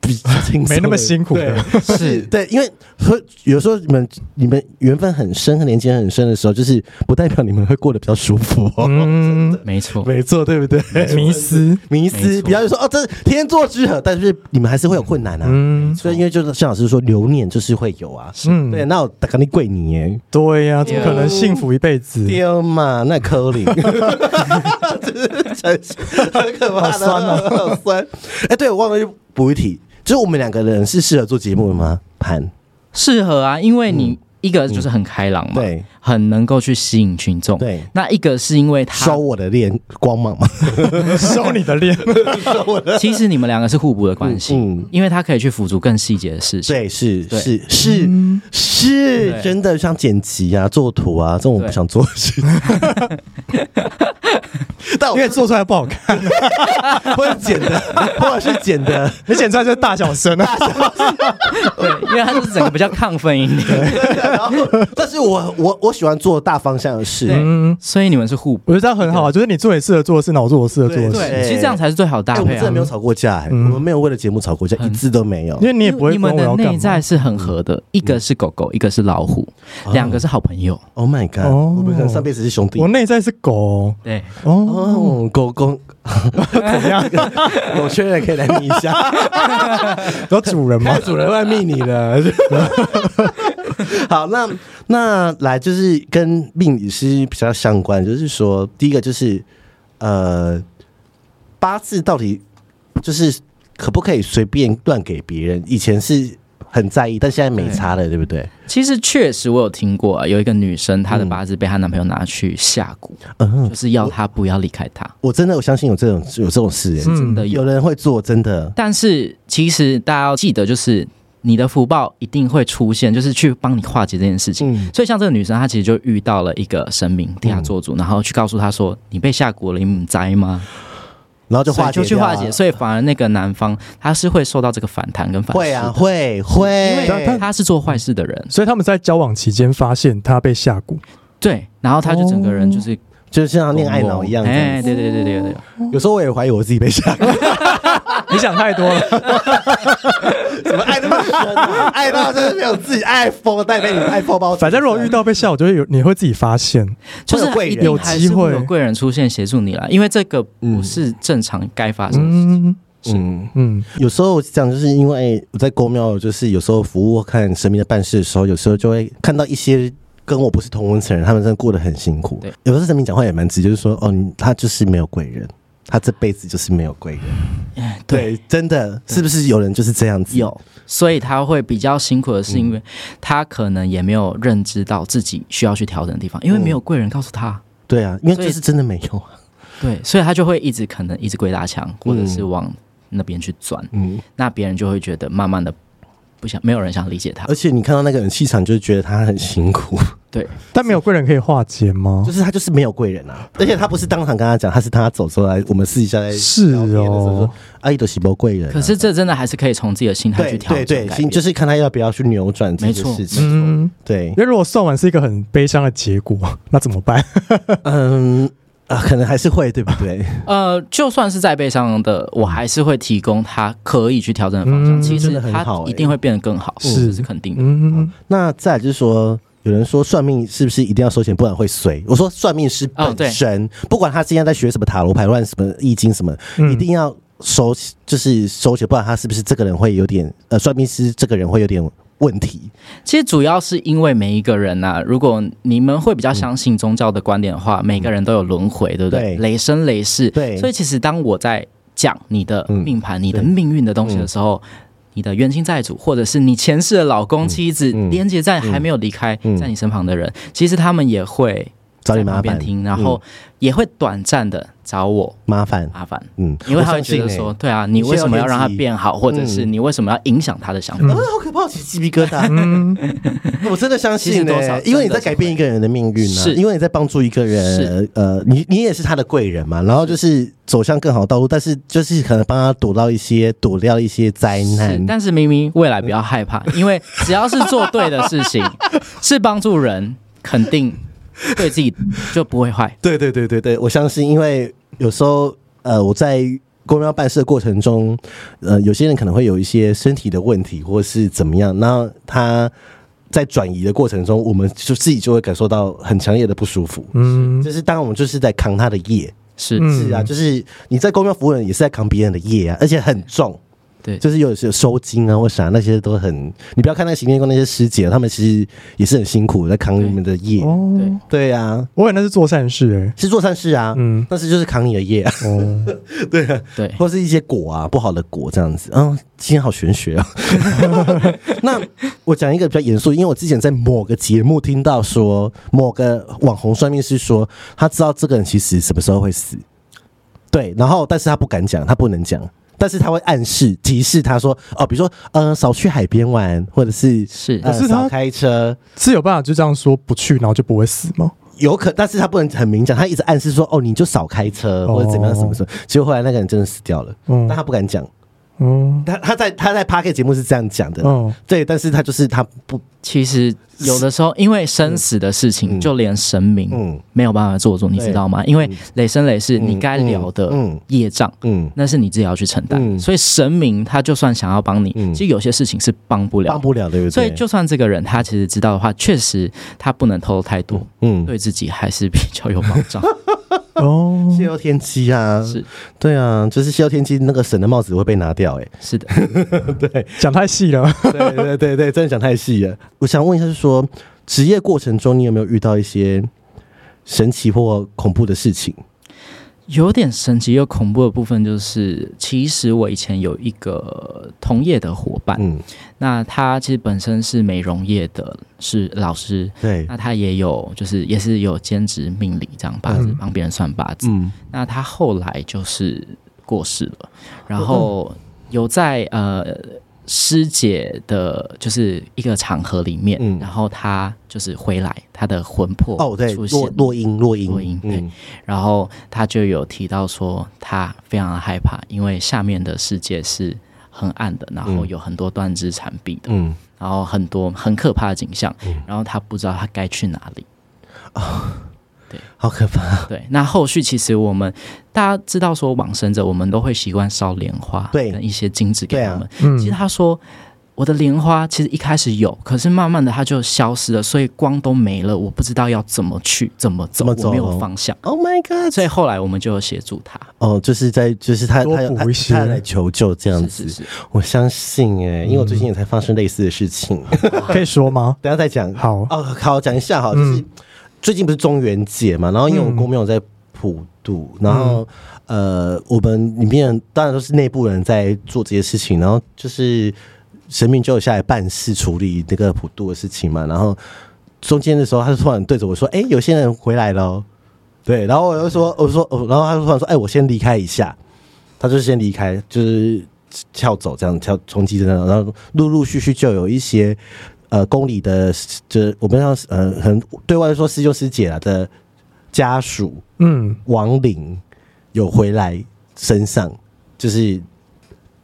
Speaker 1: 比较轻松，
Speaker 2: 没那么辛苦的
Speaker 1: 对。是对，因为和有时候你们你们缘分很深和连接很深的时候，就是不代表你们会过得比较舒服哦。
Speaker 2: 嗯，
Speaker 3: 没错，
Speaker 1: 没错，对不对？
Speaker 2: 迷思，
Speaker 1: 迷
Speaker 3: 没
Speaker 1: 思，
Speaker 3: 错
Speaker 1: 不要说哦，这是天作之合，但是你们还是会有困难啊。
Speaker 2: 嗯
Speaker 1: 所以因为就是像老师说，留念就是会有啊。
Speaker 2: 嗯，
Speaker 1: 对，那我打肯定跪你耶，
Speaker 2: 对呀、怎么可能幸福一辈子？
Speaker 1: 丢嘛，那柯林， 真是很可怕的，
Speaker 2: 好酸啊
Speaker 1: 好酸。哎，对，我忘了补一题，就是我们两个人是适合做节目的吗？盘
Speaker 3: 适合啊，因为你一个就是很开朗嘛，
Speaker 1: 对
Speaker 3: 很能够去吸引群众。
Speaker 1: 对
Speaker 3: 那一个是因为他
Speaker 1: 收，我的脸光芒吗？
Speaker 2: 收你的脸，
Speaker 3: 其实你们两个是互补的关系，
Speaker 1: 嗯嗯
Speaker 3: 因为他可以去辅助更细节的事情。
Speaker 1: 对，是
Speaker 3: 对
Speaker 1: 是
Speaker 2: 嗯
Speaker 1: 是是，
Speaker 3: 对
Speaker 1: 真的像剪辑啊、做图啊这种我不
Speaker 3: 对
Speaker 1: 想做的事情。但我
Speaker 2: 因为做出来不好 看，
Speaker 1: 或者剪的，或者是剪的，
Speaker 2: 你剪出来就是大小声啊。
Speaker 3: 对，因为他是整个比较亢奋一点，
Speaker 1: 然后，但是我我我喜欢做大方向的事。哎
Speaker 3: 对
Speaker 2: 嗯，
Speaker 3: 所以你们是互补。
Speaker 2: 我觉得这样很好啊，就是你做你适合做的事，那我做我适合做的
Speaker 1: 对
Speaker 2: 事，
Speaker 3: 对，其实这样才是最好的
Speaker 1: 哎
Speaker 3: 搭
Speaker 1: 我们
Speaker 3: 配
Speaker 1: 真的
Speaker 3: 啊
Speaker 1: 没。有吵过架，哎我
Speaker 2: 嗯
Speaker 1: 们没有为了节目吵过架，一
Speaker 3: 嗯
Speaker 1: 次都没有
Speaker 2: 因。为你也不会
Speaker 3: 你
Speaker 2: 管
Speaker 3: 们
Speaker 2: 我
Speaker 3: 的
Speaker 2: 要
Speaker 3: 内
Speaker 2: 干
Speaker 3: 在
Speaker 2: 嘛。
Speaker 3: 是很合的，一个是狗狗，一个是老虎，两个是好朋友。
Speaker 1: Oh my god！
Speaker 2: 哦
Speaker 1: 我们可能上辈子是兄弟
Speaker 2: 我。内在是狗
Speaker 3: 对，
Speaker 2: 哦，
Speaker 1: 哦，狗公，
Speaker 2: 怎 么样？
Speaker 1: 狗确认可以来密一下，
Speaker 2: 有主人 吗
Speaker 1: 看？主人会密你 了。 好，那那来就是跟命理师比较相关，就是说，第一个就是呃，八字到底就是可不可以随便乱给别人？以前是很在意，但现在没差了，对不对？
Speaker 3: 其实确实我有听过、啊，有一个女生她的八字被她男朋友拿去下蛊，
Speaker 1: 嗯
Speaker 3: 就，是要她不要离开他。
Speaker 1: 我真的我相信有这种有这种事、欸，
Speaker 2: 嗯
Speaker 3: 真的有
Speaker 1: 有人会做，真的。
Speaker 3: 但是其实大家要记得，就是你的福报一定会出现，就是去帮你化解这件事情。
Speaker 1: 嗯，
Speaker 3: 所以像这个女生，她其实就遇到了一个神明替她做主，然后去告诉她说：“你被下蛊了，你母灾吗
Speaker 1: 然后？”就
Speaker 3: 所
Speaker 1: 化
Speaker 3: 以
Speaker 1: 解
Speaker 3: 就去
Speaker 1: 掉
Speaker 3: 化
Speaker 1: 啊
Speaker 3: 解，所以反而那个男方他是会受到这个反弹跟反噬
Speaker 1: 会啊，
Speaker 3: 的，
Speaker 1: 会会，
Speaker 3: 因为哎他是做坏事的人，
Speaker 2: 所以他们在交往期间发现他被下 蛊，
Speaker 3: 对，然后他就整个人就是
Speaker 1: 就像恋爱脑一样这
Speaker 3: 哎，
Speaker 1: 样子。
Speaker 3: 对对对对对，
Speaker 1: 有时候我也怀疑我自己被吓到，
Speaker 2: 你想太多了。
Speaker 1: 怎么爱 那么深啊、爱到真是没有自己爱疯，但被你爱疯包。
Speaker 2: 反正如果遇到被下蛊，就会有你会自己发现。
Speaker 3: 就是
Speaker 1: 会
Speaker 3: 一
Speaker 1: 有贵人
Speaker 3: 定还是
Speaker 2: 有机会
Speaker 3: 会有贵人出现协助你啦，因为这个不是正常该发生的事情。
Speaker 2: 嗯
Speaker 1: 嗯，
Speaker 2: 嗯，
Speaker 1: 有时候讲就是因为哎我在公庙，就是有时候服务看神明的办事的时候，有时候就会看到一些。跟我不是同文层人，他们真的过得很辛苦
Speaker 3: 对。
Speaker 1: 有时候神明讲话也蛮直，就是说，哦，你他就是没有贵人，他这辈子就是没有贵人。
Speaker 3: 哎，对，
Speaker 1: 对，真的是不是有嗯人就是这样子？
Speaker 3: 有，所以他会比较辛苦的是，因为他可能也没有认知到自己需要去调整的地方，
Speaker 1: 嗯
Speaker 3: 因为没有贵人告诉他。
Speaker 1: 对啊，因为
Speaker 3: 所以
Speaker 1: 就是真的没有啊。
Speaker 3: 对，所以他就会一直可能一直鬼打墙，或者是往那边去钻，
Speaker 1: 嗯，
Speaker 3: 那别人就会觉得慢慢的不想，没有人想理解他
Speaker 1: 而。且你看到那个人气场，就觉得他很辛苦，
Speaker 3: 对，
Speaker 2: 但没有贵人可以化解吗
Speaker 1: 就？是他就是没有贵人啊。而且他不是当场跟他讲，他是他走出来，我们私底下在
Speaker 2: 是
Speaker 1: 聊天的时候
Speaker 2: 哦
Speaker 1: 说，，阿姨的喜波贵人啊。
Speaker 3: 可是这真的还是可以从自己的心态
Speaker 1: 对
Speaker 3: 去调
Speaker 1: 对
Speaker 3: 整
Speaker 1: 对，
Speaker 3: 改
Speaker 1: 心
Speaker 3: 变
Speaker 1: 就是看他要不要去扭转这件事情。
Speaker 2: 嗯，
Speaker 1: 对
Speaker 2: 因，为如果算完是一个很悲伤的结果， 那怎么办？
Speaker 3: 哦
Speaker 1: 嗯啊，可能还是会，对不对？
Speaker 3: 呃，就算是再悲伤的，我还是会提供他可以去调整的方向。
Speaker 2: 嗯
Speaker 3: 其
Speaker 1: 真
Speaker 3: 实
Speaker 1: 的很
Speaker 3: 他
Speaker 1: 好欸
Speaker 3: 一定会变得更好，
Speaker 2: 是
Speaker 3: 这是肯定的。
Speaker 2: 嗯，
Speaker 1: 那再来就是说。有人说算命是不是一定要收钱，不然会衰？我说算命师
Speaker 3: 哦对
Speaker 1: 本身，不管他现在在学什么塔罗牌、乱什么易经什么，
Speaker 2: 嗯
Speaker 1: 一定要收，就是收钱，不然他是不是这个人会有点呃，算命师这个人会有点问题？
Speaker 3: 其实主要是因为每一个人呐、如果你们会比较相信宗教的观点的话，每个人都有轮回，对不对？
Speaker 1: 嗯对
Speaker 3: 累生累世。
Speaker 1: 对嗯
Speaker 3: 所以其实当我在讲你的命盘、你的命运的东西的时候，你的冤亲债主，或者是你前世的老公、妻子，
Speaker 1: 嗯
Speaker 3: 连接在还没有离开、
Speaker 1: 嗯
Speaker 3: 在你身旁的人，其实他们也会
Speaker 1: 找你
Speaker 3: 在
Speaker 1: 麻
Speaker 3: 旁边
Speaker 1: 烦，嗯
Speaker 3: 听，然后也会短暂的找我
Speaker 1: 麻烦，
Speaker 3: 麻烦。
Speaker 1: 嗯，
Speaker 3: 因为他
Speaker 1: 我
Speaker 3: 啊会
Speaker 1: 相信
Speaker 3: 觉得
Speaker 1: 欸
Speaker 3: 说，，对啊，你为什么要让他变好，或者是
Speaker 1: 嗯
Speaker 3: 你为什么要影响他的想法？
Speaker 1: 啊，好可怕，起鸡皮疙
Speaker 2: 嗯
Speaker 1: 瘩，我真的相
Speaker 3: 其
Speaker 1: 信
Speaker 3: 实多
Speaker 1: 欸
Speaker 3: 少
Speaker 1: 因为你
Speaker 3: 真的
Speaker 1: 在
Speaker 3: 是
Speaker 1: 改变一个人的命运啊，
Speaker 3: 是
Speaker 1: 因为你在帮助一个人
Speaker 3: 是，
Speaker 1: 呃，你你也是他的贵人嘛，然后就是走向更好的道路，但是就是可能帮他躲到一些躲掉一些灾
Speaker 3: 是
Speaker 1: 难，，
Speaker 3: 但是明明未来不要害怕，因为只要是做对的事 情，是帮助人，肯定对自己就不会坏。
Speaker 1: 对对对对对，我相信，因为有时候呃，我在公庙办事的过程中，呃，有些人可能会有一些身体的问题，或是怎么样，那他在转移的过程中，我们就自己就会感受到很强烈的不舒服。
Speaker 2: 嗯，
Speaker 1: 就是当然我们就是在扛他的业，
Speaker 3: 是
Speaker 2: 嗯
Speaker 1: 是啊，就是你在公庙服务人也是在扛别人的业啊，而且很重。
Speaker 3: 对
Speaker 1: 就是有有收金啊或啥那些都很，你不要看那个行天宫那些师姐，他们其实也是很辛苦在扛你们的业。
Speaker 2: 哦
Speaker 3: 对，
Speaker 1: 对啊，
Speaker 2: 我以为那是做善事
Speaker 1: 是做善事啊
Speaker 2: 哎，，嗯，
Speaker 1: 但是就是扛你的业啊，
Speaker 2: 哦，
Speaker 1: 对啊，
Speaker 3: 对，
Speaker 1: 或是一些果啊，不好的果这样子。嗯，今天好玄学啊。 那我讲一个比较严肃，因为我之前在某个节目听到说，某个网红算命师说，他知道这个人其实什么时候会死，对，然后但是他不敢讲，他不能讲。但是他会暗示、提示他说：“哦，比如说，呃，少去海边玩，或者是
Speaker 3: 是
Speaker 1: 呃
Speaker 2: 可是他
Speaker 1: 少开车，
Speaker 2: 是有办法就这样说不去，然后就不会死吗？
Speaker 1: 有可，但是他不能很明讲，他一直暗示说：哦，你就少开车，或者怎么样，
Speaker 2: 哦
Speaker 1: 什么什么。结果后来那个人真的死掉了，
Speaker 2: 嗯
Speaker 1: 但他不敢讲，
Speaker 2: 嗯，
Speaker 1: 他他在他在 p a r k 节目是这样讲
Speaker 3: 嗯
Speaker 1: 的，
Speaker 2: 哦，
Speaker 1: 对，但是他就是他不，
Speaker 3: 其实有的时候，因为生死的事
Speaker 1: 嗯
Speaker 3: 情，就连神明
Speaker 1: 嗯
Speaker 3: 没有办法做主，你知道吗？因为累生累世，你该了的
Speaker 1: 嗯
Speaker 3: 业障。
Speaker 1: 嗯，
Speaker 3: 那是你自己要去承担，
Speaker 1: 嗯
Speaker 3: 所以神明他就算想要帮你，
Speaker 1: 嗯
Speaker 3: 其实有些事情是帮不了
Speaker 1: 帮
Speaker 3: 的。
Speaker 1: 不了，对不对？
Speaker 3: 所以就算这个人他其实知道的话，确实他不能透露太多，
Speaker 1: 嗯，
Speaker 3: 对自己还是比较有保 障。
Speaker 2: 哦，
Speaker 1: 泄露天机啊，
Speaker 3: 是
Speaker 1: 对啊，就是泄露天机，那个神的帽子会被拿掉、欸，
Speaker 3: 是的，
Speaker 2: 讲太细了，
Speaker 1: 哎，对对对对，真的讲太细了。 我想问一下，是说职业过程中你有没有遇到一些神奇或恐怖的事情？
Speaker 3: 有点神奇又恐怖的部分就是，其实我以前有一个同业的伙伴，
Speaker 1: 嗯，
Speaker 3: 那他其实本身是美容业的，是老师，
Speaker 1: 对，
Speaker 3: 那他也有就是也是有兼职命理这样八字，
Speaker 2: 嗯
Speaker 3: 帮别人算八字。
Speaker 1: 嗯
Speaker 3: 那他后来就是过世了，
Speaker 1: 嗯
Speaker 3: 然后有在呃师姐的，就是一个场合里面，
Speaker 1: 嗯
Speaker 3: 然后他就是回来，他的魂魄
Speaker 1: 哦，对，
Speaker 3: 出现
Speaker 1: 落落音，落音，
Speaker 3: 落音对
Speaker 1: 嗯
Speaker 3: 然后他就有提到说，他非常害怕，因为下面的世界是很暗的，然后有很多断肢残臂的，
Speaker 1: 嗯，
Speaker 3: 然后很多很可怕的景象，然后他不知道他该去哪里。
Speaker 1: 好可怕，
Speaker 3: 对，那后续其实我们大家知道说往生者，我们都会习惯烧莲花，
Speaker 1: 对
Speaker 3: 跟一些金纸给
Speaker 1: 对啊
Speaker 3: 他们。
Speaker 2: 嗯
Speaker 3: 其实他说。我的莲花其实一开始有，可是慢慢的它就消失了，所以光都没了，我不知道要怎么去，怎么走，
Speaker 1: 怎么走
Speaker 3: 我没有方向。
Speaker 1: ！Oh my god！
Speaker 3: 所以后来我们就有协助他，
Speaker 1: 哦，就是在，就是他，
Speaker 2: 多
Speaker 1: 他有
Speaker 2: 补
Speaker 1: 他
Speaker 2: 一些
Speaker 1: 他来求救这样
Speaker 3: 是
Speaker 1: 子
Speaker 3: 是，是，
Speaker 1: 我相信哎、因为我最
Speaker 2: 嗯
Speaker 1: 近也才发生类似的事情，
Speaker 2: 可以说吗？
Speaker 1: 等一下再讲。
Speaker 2: 好
Speaker 1: 哦，好，讲一下好，就是、最近不是中元节嘛，然后因为我
Speaker 2: 嗯
Speaker 1: 公庙在普渡，然后、呃，我们里面当然都是内部人在做这些事情，然后就是神明就有下来办事处理那个普渡的事情嘛，然后中间的时候，他就突然对着我说：“哎、有些人回来了哦。”对，然后我就说：“我说，哦然后他就突然说：‘哎、我先离开一下。’他就先离开，就是跳走这样，跳冲击这样，然后陆陆续续就有一些呃宫里的，就是我们要呃很对外说师兄师姐啊的家属
Speaker 2: 嗯，
Speaker 1: 亡灵有回来身上，就是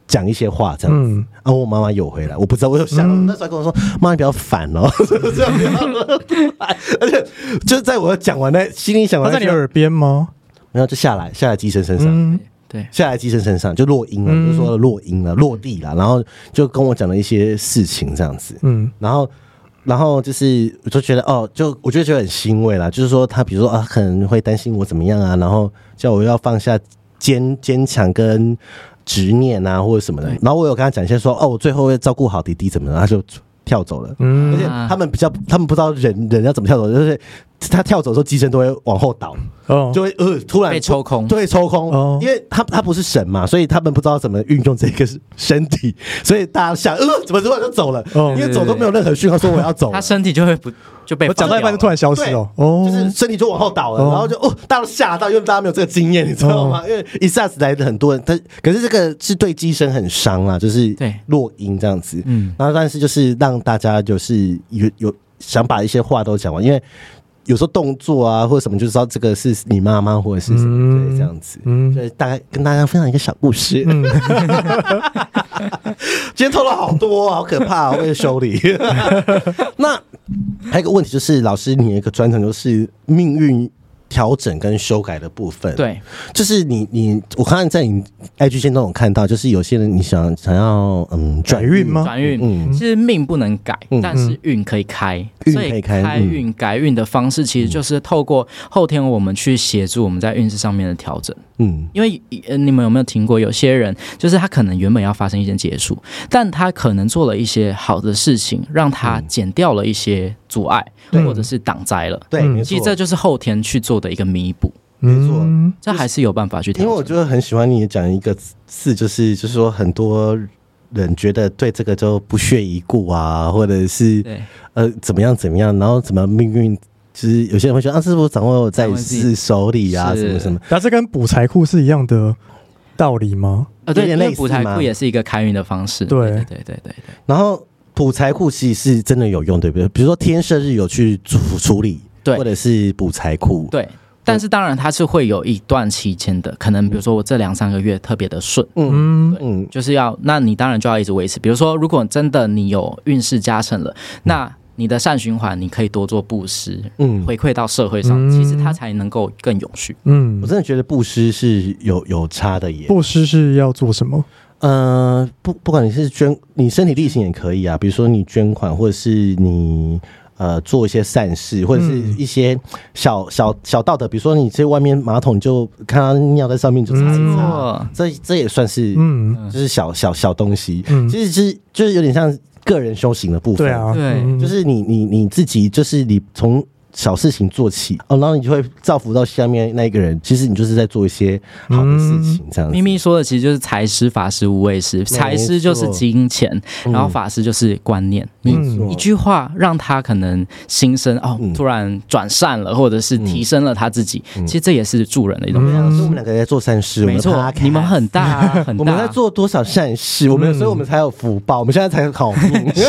Speaker 1: 讲一些话这样子。
Speaker 2: 嗯
Speaker 1: 啊，我妈妈有回来，我不知道，我有想到，那时候还跟我说，妈，你比较烦哦， 这样不要乱来而且就是在我讲完那心里想
Speaker 2: 他
Speaker 1: 完那句
Speaker 2: 在你
Speaker 1: 话，
Speaker 2: 耳边吗？
Speaker 1: 然后就下来，下来机身身上。
Speaker 2: 嗯，
Speaker 3: 对，
Speaker 1: 下来机身身上就落音了，
Speaker 2: 嗯
Speaker 1: 就说落音了，落地了，然后就跟我讲了一些事情这样子，
Speaker 2: 嗯，
Speaker 1: 然后。然后就是，我就觉得哦，就我就觉得很欣慰啦。就是说，他比如说啊，可能会担心我怎么样啊，然后叫我要放下坚坚强跟执念啊，或者什么的
Speaker 3: 对。
Speaker 1: 然后我有跟他讲一些说，哦，我最后会照顾好弟弟怎么的，他就跳走了。
Speaker 2: 嗯
Speaker 1: 而且他们比较，他们不知道人人要怎么跳走，就是他跳走的时候，机身都会往后倒，
Speaker 2: 哦，
Speaker 1: 就会呃突然
Speaker 3: 被抽空
Speaker 1: 对，抽空，
Speaker 2: 哦
Speaker 1: 因为他他不是神嘛，所以他们不知道怎么运用这个身体，所以大家想，呃，怎么突然就走了？
Speaker 2: 哦
Speaker 1: 因为走都没有任何讯号说我要走
Speaker 3: 他
Speaker 1: 了，
Speaker 3: 身体就会不就被
Speaker 2: 我讲到一半就突
Speaker 3: 然
Speaker 2: 然消失哦，哦，
Speaker 1: 就是身体就往后倒了，
Speaker 2: 哦
Speaker 1: 然后就哦，大家都吓到，因为大家没有这个经验，你知道吗？因为一下子来的很多人，但可是这个是对机身很伤啊，就是
Speaker 3: 对
Speaker 1: 落音这样子，
Speaker 3: 嗯
Speaker 1: 然后但是就是让大家就是有有想把一些话都讲完，因为。有时候动作啊，或者什么，就知道这个是你妈妈，或者是什么之类这样子。
Speaker 2: 嗯
Speaker 1: 对，大概跟大家分享一个小故事。今天偷了好多，好可 怕、哦，为了修 理。那还有一个问题就是，老师，你有一个专长就是命运调整跟修改的部分。，
Speaker 3: 对，
Speaker 1: 就是你你，我看在你 IG 线中有看到，就是有些人你想想要嗯
Speaker 2: 转运？吗？
Speaker 3: 转运。
Speaker 1: 嗯，
Speaker 3: 其实命不能改，
Speaker 1: 嗯
Speaker 3: 但是运可以开，
Speaker 1: 运
Speaker 3: 所
Speaker 1: 可以开
Speaker 3: 开
Speaker 1: 嗯
Speaker 3: 运改运的方式，其实就是透过后天我们去协助我们在运势上面的调整。
Speaker 1: 嗯
Speaker 3: 因为呃，你们有没有听过，有些人就是他可能原本要发生一些结束，但他可能做了一些好的事情，让他减掉了一些阻碍，
Speaker 2: 对
Speaker 3: 或者是挡灾了。
Speaker 1: 对，
Speaker 2: 嗯
Speaker 1: 没错
Speaker 3: 其实这就是后天去做的一个弥补，
Speaker 1: 没错
Speaker 2: 嗯
Speaker 3: 这还是有办法去调
Speaker 1: 因为
Speaker 3: 整。
Speaker 1: 我就很喜欢你讲一个字，就是就是说很多人觉得对这个就不屑一顾啊，或者是
Speaker 3: 对
Speaker 1: 呃怎么样怎么样，然后怎么命运，就是有些人会说啊，是不是掌握在
Speaker 3: 掌握自己
Speaker 1: 是手里啊，什
Speaker 3: 是
Speaker 1: 么什么，
Speaker 2: 那这跟补财库是一样的道理吗？
Speaker 3: 呃，
Speaker 1: 有
Speaker 3: 对，
Speaker 1: 点
Speaker 3: 因
Speaker 1: 类
Speaker 3: 为补
Speaker 1: 似
Speaker 3: 财
Speaker 1: 吗
Speaker 3: 库也是一个开运的方式。
Speaker 2: 对
Speaker 3: 对对对对对
Speaker 1: 然后。补财库其实是真的有用，对不对？比如说天赦日有去处处理，
Speaker 3: 对
Speaker 1: 或者是补财库，
Speaker 3: 对。但是当然，它是会有一段期间的，可能比如说我这两三个月特别的顺，
Speaker 1: 嗯
Speaker 2: 嗯，
Speaker 1: 嗯，
Speaker 3: 就是要，那你当然就要一直维持。比如说，如果真的你有运势加成了，那你的善循环你可以多做布施，
Speaker 1: 嗯
Speaker 3: 回馈到社会上，
Speaker 2: 嗯
Speaker 3: 其实它才能够更永续。
Speaker 2: 嗯
Speaker 1: 我，真的觉得布施是有有差的耶。
Speaker 2: 布施是要做什么？
Speaker 1: 呃，不，不管你是捐，你身体力行也可以啊，比如说你捐款，或者是你呃做一些善事，或者是一些小、小小道德，比如说你去外面马桶，你就看他尿在上面就擦一擦，
Speaker 3: 哦，
Speaker 1: 这这也算是、
Speaker 2: 嗯
Speaker 1: 就是小小小东西，
Speaker 2: 嗯
Speaker 1: 其实是就是有点像个人修行的部分，
Speaker 2: 对啊，
Speaker 3: 对
Speaker 2: 嗯
Speaker 1: 就是你你你自己，就是你从小事情做起哦，然后你就会造福到下面那一个人。其实你就是在做一些好的事情，这样子。
Speaker 3: 咪咪说的其实就是财师、法师、无畏师。财师就是金钱，
Speaker 1: 嗯
Speaker 3: 然后法师就是观念。
Speaker 1: 没
Speaker 3: 你
Speaker 1: 错
Speaker 3: 一句话让他可能心生哦
Speaker 1: 嗯，
Speaker 3: 突然转善了，或者是提升了他自己。其实这也是助人的一种
Speaker 2: 嗯
Speaker 3: 方式。
Speaker 1: 所以我们两个在做善事，我们的
Speaker 3: 没错，
Speaker 1: podcast
Speaker 3: 你们很大啊，很大。
Speaker 1: 我们在做多少善事，我们
Speaker 2: 嗯
Speaker 1: 所以我们才有福报，我们现在才有好 命。
Speaker 3: 是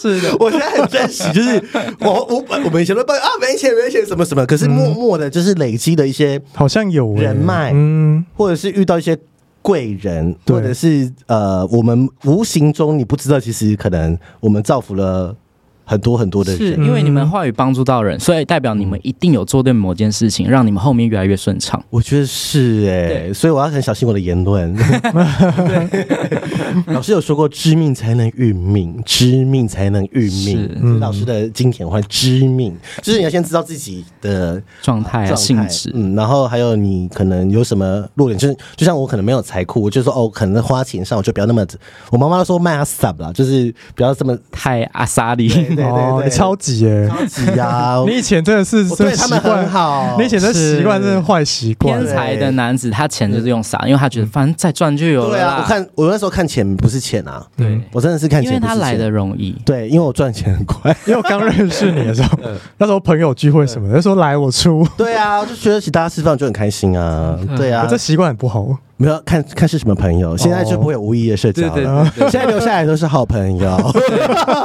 Speaker 3: 是的，
Speaker 1: 我现在很珍惜，就是我我我们以前都抱怨啊没钱没钱什么什么，可
Speaker 2: 嗯
Speaker 1: 是默默的就是累积的一些，
Speaker 2: 好像有欸
Speaker 1: 人脉
Speaker 2: 嗯，
Speaker 1: 或者是遇到一些。贵人，
Speaker 2: 对
Speaker 1: 或者是呃，我们无形中你不知道，其实可能我们造福了很多很多的
Speaker 3: 是
Speaker 1: 人。
Speaker 3: 因为你们话语帮助
Speaker 1: 嗯
Speaker 3: 到人，所以代表你们一定有做对某件事情，让你们后面越来越顺畅。
Speaker 1: 我觉得是哎、
Speaker 3: 对
Speaker 1: 所以我要很小心我的言论。 老师有说过，知命才能运命，知命才能运命。
Speaker 3: 是
Speaker 1: 这
Speaker 2: 嗯
Speaker 1: 是老师的经典话，知命就是你要先知道自己的
Speaker 3: 状态啊，
Speaker 1: 状
Speaker 3: 性
Speaker 1: 态
Speaker 3: 质，
Speaker 1: 嗯，然后还有你可能有什么弱点，就是就像我可能没有财库，我就说哦，可能花钱上我就不要那么，我妈妈都说卖阿 sub 啦，就是不要这么
Speaker 3: 太阿萨里，
Speaker 1: 对对对
Speaker 2: 哦，
Speaker 1: 对，
Speaker 2: 你超级耶！
Speaker 1: 超级呀、
Speaker 2: 你以前真的是
Speaker 1: 我
Speaker 2: 这
Speaker 1: 对他
Speaker 2: 习
Speaker 1: 们很
Speaker 2: 惯，
Speaker 1: 好，
Speaker 2: 你以前这习惯真的坏习惯欸
Speaker 3: 天，才的男子，他钱就是用撒，因为他觉得反正再赚就有了
Speaker 1: 嗯对
Speaker 3: 啦。
Speaker 1: 啊，我看我那时候看钱不是钱啊，
Speaker 2: 对
Speaker 1: 我真的是看
Speaker 3: 因
Speaker 1: 钱
Speaker 3: 为
Speaker 1: 不是
Speaker 3: 他
Speaker 1: 钱
Speaker 3: 来的容易，
Speaker 1: 对，因为我赚钱很快。
Speaker 2: 因为我刚认识你 的时候，
Speaker 1: 嗯
Speaker 2: 那时候朋友聚会什么的，就说来我出，
Speaker 1: 对啊，就觉得请大家吃饭就很开心啊。对
Speaker 2: 嗯我
Speaker 1: 啊
Speaker 2: 这，习惯很不好。
Speaker 1: 没有看看是什么朋友，现在
Speaker 2: 哦
Speaker 1: 就不会有无意义的社交
Speaker 3: 对
Speaker 1: 了。现在留下来都是好朋友，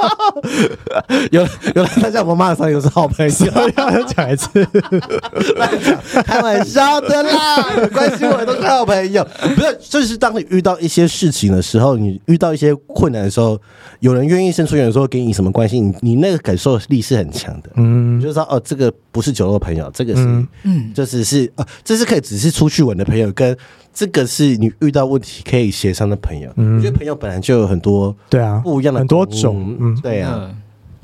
Speaker 1: 有有来参加我们妈的丧礼都是好朋友，
Speaker 2: 要讲 一次，
Speaker 1: 开玩笑的啦，有关心我的都是好朋友。不是，就是当你遇到一些事情的时候，你遇到一些困难的时候，有人愿意伸出援手给你什么关心，你你那个感受力是很强的。你
Speaker 2: 嗯
Speaker 1: 就知道哦，这个不是酒肉朋友，这个是，
Speaker 2: 嗯
Speaker 1: 嗯，就只是哦，这是可以只是出去玩的朋友，跟这个是你遇到问题可以协商的朋友。我觉得朋友本来就有很多
Speaker 2: 对啊，
Speaker 1: 不一样的
Speaker 2: 嗯很多
Speaker 1: 功
Speaker 2: 种，嗯
Speaker 1: 对啊，
Speaker 3: 嗯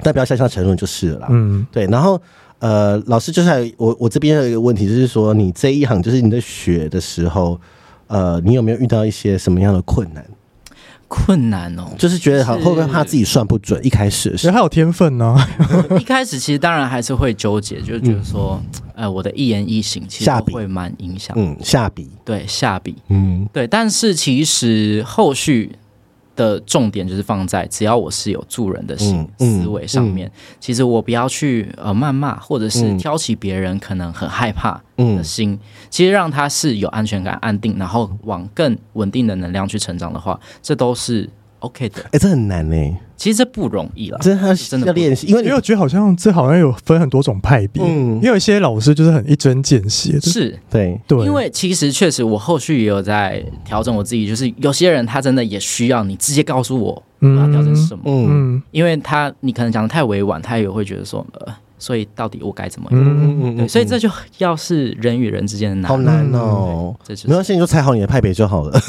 Speaker 1: 但不要向下沉沦就是了啦。
Speaker 2: 嗯
Speaker 1: 对，然后呃，老师就是还有我我这边有一个问题，就是说你这一行就是你在学的时候，呃，你有没有遇到一些什么样的困难？
Speaker 3: 困难哦。
Speaker 1: 就是觉得好
Speaker 3: 是
Speaker 1: 会不会怕自己算不准？一开始的时
Speaker 2: 因为
Speaker 1: 候，
Speaker 2: 他有天分呢、
Speaker 3: 一开始其实当然还是会纠结，就觉得说，呃，我的一言一行其实
Speaker 1: 嗯下
Speaker 3: 都
Speaker 1: 笔
Speaker 3: 会蛮影响。
Speaker 1: 嗯，下笔，
Speaker 3: 对，下笔
Speaker 1: 嗯
Speaker 3: 对，但是其实后续的重点就是放在只要我是有助人的心、
Speaker 1: 嗯嗯
Speaker 3: 思维上面，其实我不要去呃谩骂，或者是
Speaker 1: 嗯
Speaker 3: 挑起别人可能很害怕的
Speaker 1: 嗯
Speaker 3: 心，其实让他是有安全感、安定，然后往更稳定的能量去成长的话，这都是 OK 的。
Speaker 1: 哎、这很难呢、
Speaker 3: 其实这不容易了，
Speaker 1: 真的
Speaker 3: 啊真
Speaker 1: 要
Speaker 3: 的
Speaker 1: 要
Speaker 3: 不
Speaker 1: 练习，因为
Speaker 2: 因
Speaker 1: 你
Speaker 2: 为我觉得好像这好像有分很多种派别，
Speaker 1: 嗯
Speaker 2: 因为有一些老师就是很一针见血，就是
Speaker 1: 对，
Speaker 2: 对，
Speaker 3: 因为其实确实，我后续也有在调整我自己，就是有些人他真的也需要你直接告诉我我要调整什么，
Speaker 1: 嗯
Speaker 2: 嗯
Speaker 3: 因为他你可能讲的太委婉，他也会觉得说，呃，所以到底我该怎么用？
Speaker 2: 嗯，
Speaker 1: 嗯
Speaker 3: 对，所以这就要是人与人之间的难
Speaker 1: 好
Speaker 3: 度，
Speaker 1: 难哦。
Speaker 3: 这就是
Speaker 1: 没关系，你就猜好你的派别就 好了。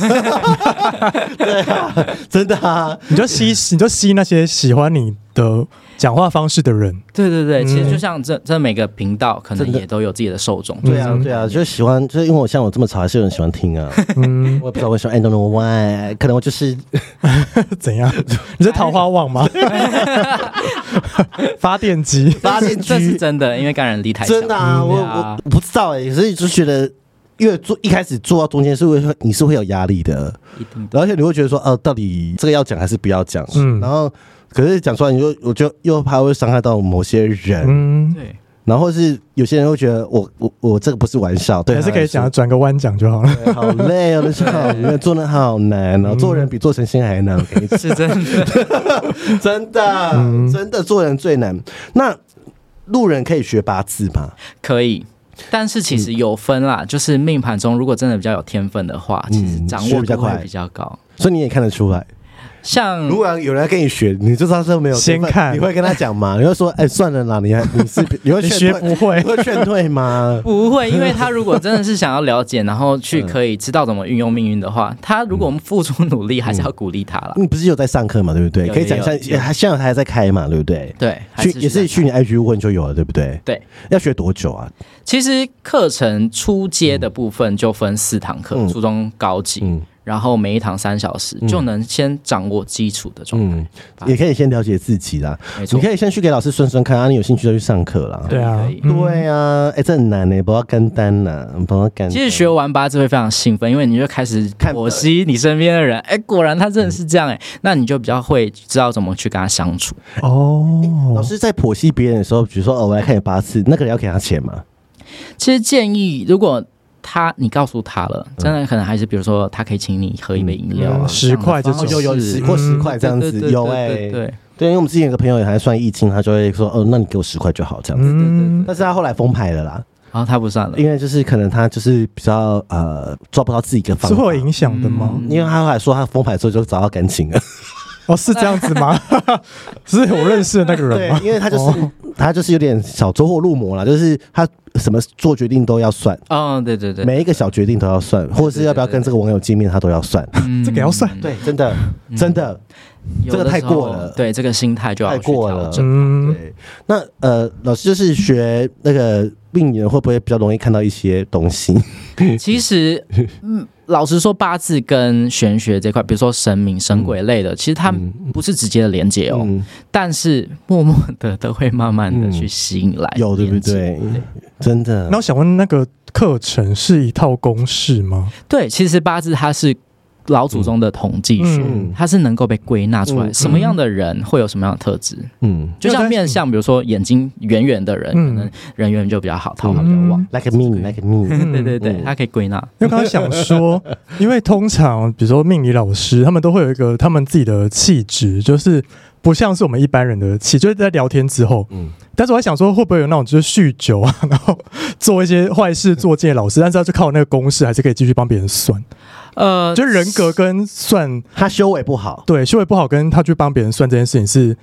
Speaker 1: 对啊，真的啊，
Speaker 2: 你就吸，你就吸那些喜欢你的讲话方式的人，
Speaker 3: 对对对，其实
Speaker 2: 嗯
Speaker 3: 就像这这每个频道可能
Speaker 1: 真的
Speaker 3: 也都有自己的受众，
Speaker 1: 对啊，
Speaker 2: 嗯
Speaker 1: 对啊，就喜欢，就是因为我像我这么吵，还是有人喜欢听 啊。
Speaker 2: 嗯，
Speaker 1: 我也不知道为什么，I don't know why，可能我就是
Speaker 2: 怎样？你是桃花旺吗？发电机，
Speaker 1: 发
Speaker 3: 这
Speaker 1: 现
Speaker 3: 是这是真的，因为感染力太强。
Speaker 1: 真的啊，
Speaker 2: 嗯
Speaker 1: 我
Speaker 3: 对啊
Speaker 1: 我我不知道哎，所以就觉得越做一开始做到中间是会你是会有压力的，
Speaker 3: 一定
Speaker 1: 而且你会觉得说，呃，到底这个要讲还是不要讲？
Speaker 2: 嗯
Speaker 1: 然后可是讲出来，你就我就又怕会伤害到某些人，
Speaker 2: 嗯，
Speaker 3: 对，
Speaker 1: 然后是有些人会觉得我我我这个不是玩笑，对，
Speaker 2: 还是可以讲，
Speaker 1: 他
Speaker 2: 转个弯讲就好了。
Speaker 1: 来说。好累哦，那是好累，做人好难哦，
Speaker 2: 嗯
Speaker 1: 做人比做神仙还难，我跟你 讲
Speaker 3: 是真的。
Speaker 1: 真的、
Speaker 2: 嗯
Speaker 1: 真的做人最难。那路人可以学八字吗？
Speaker 3: 可以。但是其实有分啦，就是命盘中如果真的比较有天分的话，
Speaker 1: 嗯
Speaker 3: 其实掌
Speaker 1: 学
Speaker 3: 握
Speaker 1: 比较
Speaker 3: 度会
Speaker 1: 快
Speaker 3: 比较高。
Speaker 1: 所以你也看得出来，
Speaker 3: 像
Speaker 1: 如果有人要跟你学，你就知道是没有天分
Speaker 2: 嗯先看
Speaker 1: 你会跟他讲吗？你会说，哎、算了啦，你还你 是你会
Speaker 2: 你
Speaker 1: 劝
Speaker 2: 学
Speaker 1: 退
Speaker 2: 不会
Speaker 1: 你，会劝退吗？
Speaker 3: 不会，因为他如果真的是想要了解，然后去可以知道怎么运用命运的话，他如果付出努力，还是要鼓励他啦。
Speaker 1: 你不是有在上课嘛，对不对？
Speaker 3: 有
Speaker 1: 可以讲一下，
Speaker 3: 有有
Speaker 1: 也现在还在开嘛，对不对？
Speaker 3: 对，还
Speaker 1: 去
Speaker 3: 是
Speaker 1: 也是
Speaker 3: 去
Speaker 1: 去你 IG 问就有了，对不对？
Speaker 3: 对。
Speaker 1: 要学多久啊？
Speaker 3: 其实课程初阶的部分就分四堂课，
Speaker 1: 嗯
Speaker 3: 初中、高级，
Speaker 1: 嗯
Speaker 3: 然后每一堂三小时，就能先掌握基础的状态。
Speaker 1: 嗯，也可以先了解自己啦。
Speaker 3: 没错
Speaker 1: 嗯你，可以先去给老师算算看，啊，你有兴趣就去上课啦。
Speaker 2: 对啊
Speaker 3: 可以，
Speaker 2: 嗯
Speaker 1: 对啊，哎、这很难呢、不要跟单呐、不要跟单。
Speaker 3: 其实学完八字会非常兴奋，因为你就开始
Speaker 1: 看
Speaker 3: 剖析你身边的人，哎，果然他真的是这样，哎，那你就比较会知道怎么去跟他相处。
Speaker 2: 哦，
Speaker 1: 老师在剖析别人的时候，比如说哦，我来看你八字，那个人要给他钱吗？
Speaker 3: 其实建议，如果他你告诉他了，真
Speaker 1: 嗯
Speaker 3: 的可能还是比如说他可以请你喝一杯饮料啊
Speaker 2: 嗯，10块这
Speaker 3: 就
Speaker 2: 种
Speaker 1: 有有十
Speaker 3: 是
Speaker 1: 或
Speaker 2: 嗯
Speaker 1: 十块这样子，有哎、
Speaker 3: 对对
Speaker 1: 对，因为我们之前有个朋友也还算易经，他就会说哦，那你给我十块就好这样子。
Speaker 2: 嗯，
Speaker 1: 但是他后来封牌了啦，
Speaker 3: 然啊后他不算了，
Speaker 1: 因为就是可能他就是比较呃抓不到自己的方
Speaker 2: 是
Speaker 1: 法
Speaker 2: 会，有影响的吗？
Speaker 3: 嗯
Speaker 1: 因为他后来说他封牌之后就找到感情了，
Speaker 2: 哦，是这样子吗？是我认识的那个
Speaker 1: 对
Speaker 2: 人吗，？
Speaker 1: 因为他就是、
Speaker 2: 哦
Speaker 1: 他就是有点小走火入魔啦，就是他什么做决定都要算，
Speaker 3: 哦，对对对，
Speaker 1: 每一个小决定都要算，或者是要不要跟这个网友见面，他都要算。
Speaker 3: 嗯
Speaker 2: 这个要算，
Speaker 1: 对，真的，真的，
Speaker 3: 有的
Speaker 1: 这个太
Speaker 3: 时候
Speaker 1: 过了
Speaker 3: 对，这个心态嗯就要
Speaker 1: 太
Speaker 3: 去
Speaker 1: 过
Speaker 3: 调
Speaker 1: 了
Speaker 3: 整
Speaker 2: 嗯，
Speaker 1: 对。那呃，老师就是学那个病人，会不会比较容易看到一些东西？
Speaker 3: 其实，嗯，老实说，八字跟玄学这块，比如说神明、神鬼类的，其实它不是直接的连接哦，
Speaker 1: 嗯，
Speaker 3: 但是默默的都会慢慢的
Speaker 1: 嗯
Speaker 3: 去吸引来、
Speaker 1: 有对不？对？真的
Speaker 2: 那。我想问，那个课程是一套公式吗？
Speaker 3: 对，其实八字它是老祖宗的统计学，
Speaker 2: 嗯
Speaker 3: 它是能够被归纳出来、
Speaker 1: 嗯
Speaker 3: 什么样的人会有什么样的特质。
Speaker 1: 嗯
Speaker 3: 就像面相，比如说眼睛圆圆的人，
Speaker 2: 嗯
Speaker 3: 可能人缘就比较好，桃花比较旺。
Speaker 1: ，like me，like me。
Speaker 3: 对对对
Speaker 1: 嗯，
Speaker 3: 它可以归纳。
Speaker 2: 因为刚刚想说， 因为通常比如说命理老师，他们都会有一个他们自己的气质，就是不像是我们一般人的气，就是在聊天之后。
Speaker 1: 嗯
Speaker 2: 但是我还想说，会不会有那种就是酗酒啊， 然后做一些坏事做贱的老师，但是他就靠那个公式，还是可以继续帮别人算，
Speaker 3: 呃，
Speaker 2: 就人格跟算
Speaker 1: 他修为不好
Speaker 2: 对修为不好，跟他去帮别人算这件事情是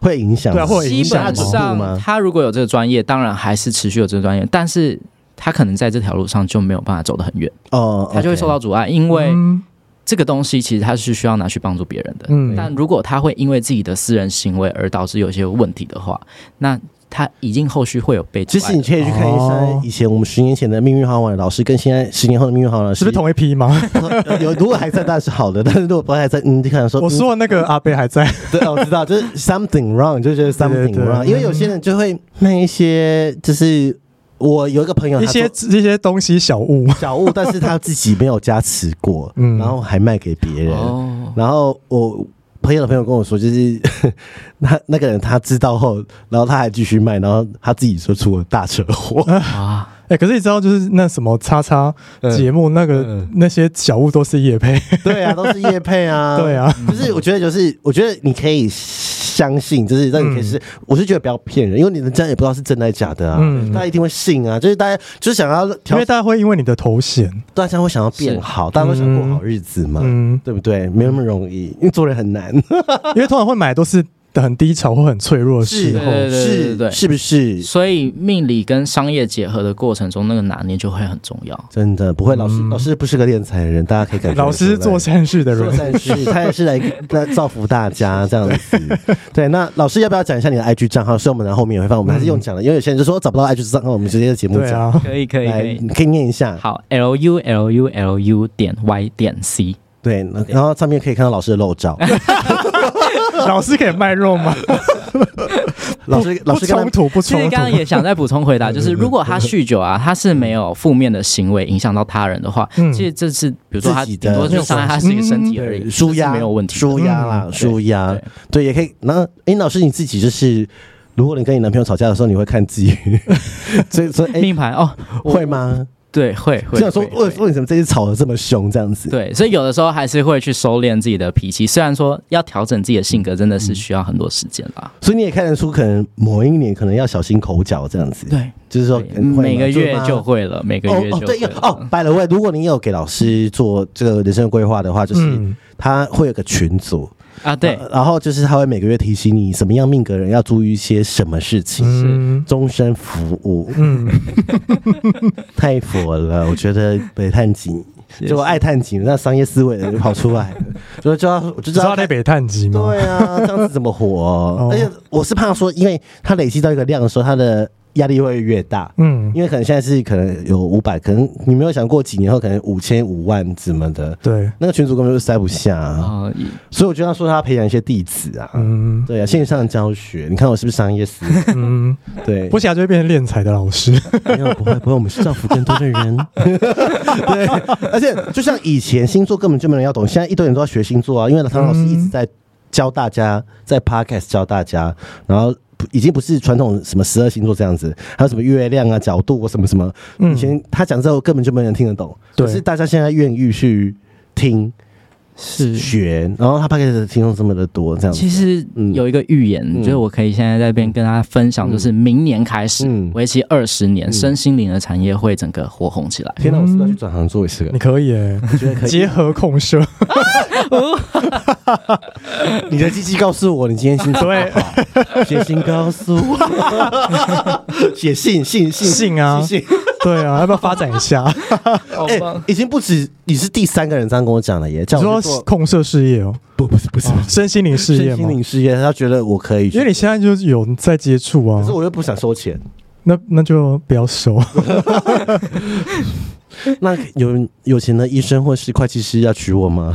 Speaker 1: 会影响，
Speaker 2: 对啊，会有
Speaker 3: 基
Speaker 2: 影响
Speaker 3: 本
Speaker 2: 吗
Speaker 1: 程？度
Speaker 3: 上
Speaker 1: 吗，
Speaker 3: 他如果有这个专业，当然还是持续有这个专业，但是他可能在这条路上就没有办法走得很远，
Speaker 1: 哦，
Speaker 3: 他就会受到阻碍，因为
Speaker 2: 嗯
Speaker 3: 这个东西其实他是需要拿去帮助别人的。
Speaker 2: 嗯
Speaker 3: 但如果他会因为自己的私人行为而导致有一些问题的话，那他已经后续会有被阻
Speaker 1: 其
Speaker 3: 碍
Speaker 1: 实你
Speaker 3: 的。
Speaker 1: 可以去看一
Speaker 2: 哦
Speaker 1: 下以前我们十年前的命运好玩老师，跟现在十年后的命运好玩老师
Speaker 2: 是不是同一批吗？
Speaker 1: 有如果还在，当然是好的；但是如果不还在，嗯，就可能说，
Speaker 2: 我
Speaker 1: 嗯
Speaker 2: 说的那个阿贝还在，
Speaker 1: 对，哦我知道，就是 something wrong，就觉得 something
Speaker 2: 对对
Speaker 1: wrong，因为有些人就会那一些，就是我有一个朋友，
Speaker 2: 一
Speaker 1: 他
Speaker 2: 些
Speaker 1: 做
Speaker 2: 一些东西小物，
Speaker 1: 小物，但是他自己没有加持过，
Speaker 2: 嗯
Speaker 1: 然后还卖给别人，
Speaker 3: 哦，
Speaker 1: 然后我。朋友的朋友跟我说，就是 那那个人他知道后，然后他还继续卖，然后他自己说出了大车祸，
Speaker 3: 啊，
Speaker 2: 哎、可是你知道，就是那什么叉叉节目，那个、
Speaker 1: 嗯
Speaker 2: 那些小物都是 叶配，
Speaker 1: 对啊，都是叶配啊，
Speaker 2: 对啊，
Speaker 3: 嗯
Speaker 1: 就是我觉得，就是我觉得你可以相信，就是让你可以是，我是觉得不要骗人，因为你们真的也不知道是真的还是假的啊，
Speaker 2: 嗯
Speaker 1: 大家一定会信啊，就是大家就是想要
Speaker 2: 因
Speaker 1: 调
Speaker 2: 为，大家会因为你的头衔，
Speaker 1: 大家会想要变好，大家都想过好日子嘛，
Speaker 2: 嗯，
Speaker 1: 对不对？没那么容易，因为做人很难，
Speaker 2: 因为通常会买都是很低潮或很脆弱的时
Speaker 1: 是
Speaker 2: 候。
Speaker 3: 对对对对对
Speaker 1: 是是不是？
Speaker 3: 所以命理跟商业结合的过程中，那个拿捏就会很重要。
Speaker 1: 真的不会，老师、
Speaker 2: 嗯
Speaker 1: 老师不是个敛财的人，大家可以感觉得出来。
Speaker 2: 老师做善事的
Speaker 1: 做
Speaker 2: 人，
Speaker 1: 善事，他也是来来造福大家这样子。 对，那老师要不要讲一下你的 IG 账号？所以我们在后面也会放，我们还是
Speaker 2: 嗯
Speaker 1: 用讲的，因为有些人就说找不到 IG 账号，我们直接在节目
Speaker 2: 对
Speaker 1: 讲。
Speaker 2: 啊，
Speaker 3: 可以可
Speaker 1: 来，你可以念一下。
Speaker 3: 好，L U L U L U 点 Y 点 C，
Speaker 1: 对，那然后上面可以看到老师的漏 照，
Speaker 2: 老师可以卖肉吗？
Speaker 1: 老师
Speaker 2: 不
Speaker 1: 老师
Speaker 2: 不冲
Speaker 1: 刚
Speaker 2: 突，不
Speaker 3: 其实
Speaker 2: 冲突
Speaker 3: 刚。刚也 想再补充回答，就是如果他酗酒啊，他是没有负面的行为影响到他人的话，
Speaker 2: 嗯
Speaker 3: 其实这是比如说他
Speaker 1: 自己
Speaker 3: 顶
Speaker 1: 的
Speaker 3: 多就是伤害他自己的身体而已，
Speaker 1: 舒
Speaker 3: 这
Speaker 1: 压
Speaker 3: 是没有问题的。嗯
Speaker 1: 舒压啦，舒压
Speaker 3: 对，
Speaker 1: 对，也可以。那哎，老师你自己就是，如果你跟你男朋友吵架的时候，你会看自己， 所以所以哎，
Speaker 3: 命盘哦， 我
Speaker 1: 会？吗？
Speaker 3: 对，会会。
Speaker 1: 就想说
Speaker 3: 会，
Speaker 1: 为
Speaker 3: 会
Speaker 1: 为什么这次吵得这么凶这样子？
Speaker 3: 对，所以有的时候还是会去收敛自己的脾气，虽然说要调整自己的性格真的是需要很多时间啦。
Speaker 1: 所以你也看得出，可能某一年可能要小心口角这样子。，
Speaker 3: 对，
Speaker 1: 就是说可能会
Speaker 3: 每个月
Speaker 1: 哦嗯吗
Speaker 3: 就会了，每个
Speaker 1: 哦
Speaker 3: 月
Speaker 1: 哦
Speaker 3: 就
Speaker 1: 对
Speaker 3: 会
Speaker 1: 因为
Speaker 3: 了
Speaker 1: 哦，by the way，如果你有给老师做这个人生规划的话，就是
Speaker 2: 嗯
Speaker 1: 他会有个群组，呃
Speaker 3: 啊，对
Speaker 1: 然，然后就是他会每个月提醒你什么样命格人要注意一些什么事情，
Speaker 2: 嗯
Speaker 1: 终身服务
Speaker 2: 嗯，
Speaker 1: 太佛 了，我觉得北探景
Speaker 3: 是
Speaker 1: 就我爱探景，那商业思维的人就跑出来了，所以就要我就
Speaker 2: 知
Speaker 1: 知
Speaker 2: 道
Speaker 1: 道
Speaker 2: 在北探集吗？
Speaker 1: 对啊，这样子怎么活、而且我是怕说，因为它累积到一个量的时候，它的压力会越大。
Speaker 2: 嗯，
Speaker 1: 因为可能现在是可能有五百，可能你没有想过几年后可能五千、五万怎么的，
Speaker 2: 对，
Speaker 1: 那个群主根本就塞不下、
Speaker 3: 啊，也
Speaker 1: 所以我就要说他培养一些弟子啊，
Speaker 2: 嗯
Speaker 1: 对啊，线上教学，你看我是不是商业思维？
Speaker 2: 嗯，
Speaker 1: 对，
Speaker 2: 不然就会变成练才的老师。
Speaker 1: 没有，不会，不会，我们是造福更多的人。 对，而且就像以前星座根本就没有人要懂，现在一堆人都要学星座啊，因为唐老师一直在教大家，在 podcast 教大家，然后不。已经不是传统什么十二星座这样子，还有什么月亮啊、角度啊什么什么。
Speaker 2: 嗯
Speaker 1: 以前他讲之后根本就没人听得懂，
Speaker 2: 对
Speaker 1: 可是大家现在愿意去听
Speaker 3: 是
Speaker 1: 学，然后他 podcast 的听众这么的多，这样子
Speaker 3: 其实
Speaker 1: 嗯
Speaker 3: 有一个预言，
Speaker 1: 嗯
Speaker 3: 就是我可以现在在这边跟大家分享，就是明年开始
Speaker 1: 嗯，
Speaker 3: 为期二十年，
Speaker 1: 嗯
Speaker 3: 身心灵的产业会整个火红起来。
Speaker 1: 天哪，我是不是要去转行做一次了
Speaker 2: 你？可以 诶，
Speaker 1: 我觉得可以
Speaker 2: 结。合控射，
Speaker 1: 你的鸡鸡告诉我，你今天心情
Speaker 2: 对，
Speaker 1: 写信告诉我， 写信信 信
Speaker 2: 信啊
Speaker 1: 信。
Speaker 2: 对啊，要不要发展 一下？
Speaker 3: 好
Speaker 1: 哎、已经不止你是第三个人这样跟我讲了耶，叫
Speaker 2: 你
Speaker 1: 我去
Speaker 2: 说
Speaker 1: 做
Speaker 2: 控射事业哦，
Speaker 1: 不不是不是
Speaker 2: 身心灵事业
Speaker 1: 身心
Speaker 2: 吗？
Speaker 1: 灵事业，他觉得我可以去，
Speaker 2: 因为你现在就是有在接触啊
Speaker 1: 可是，我又不想收钱，
Speaker 2: 那那就不要收。
Speaker 1: 那有有钱的医生或是会计师要娶我吗？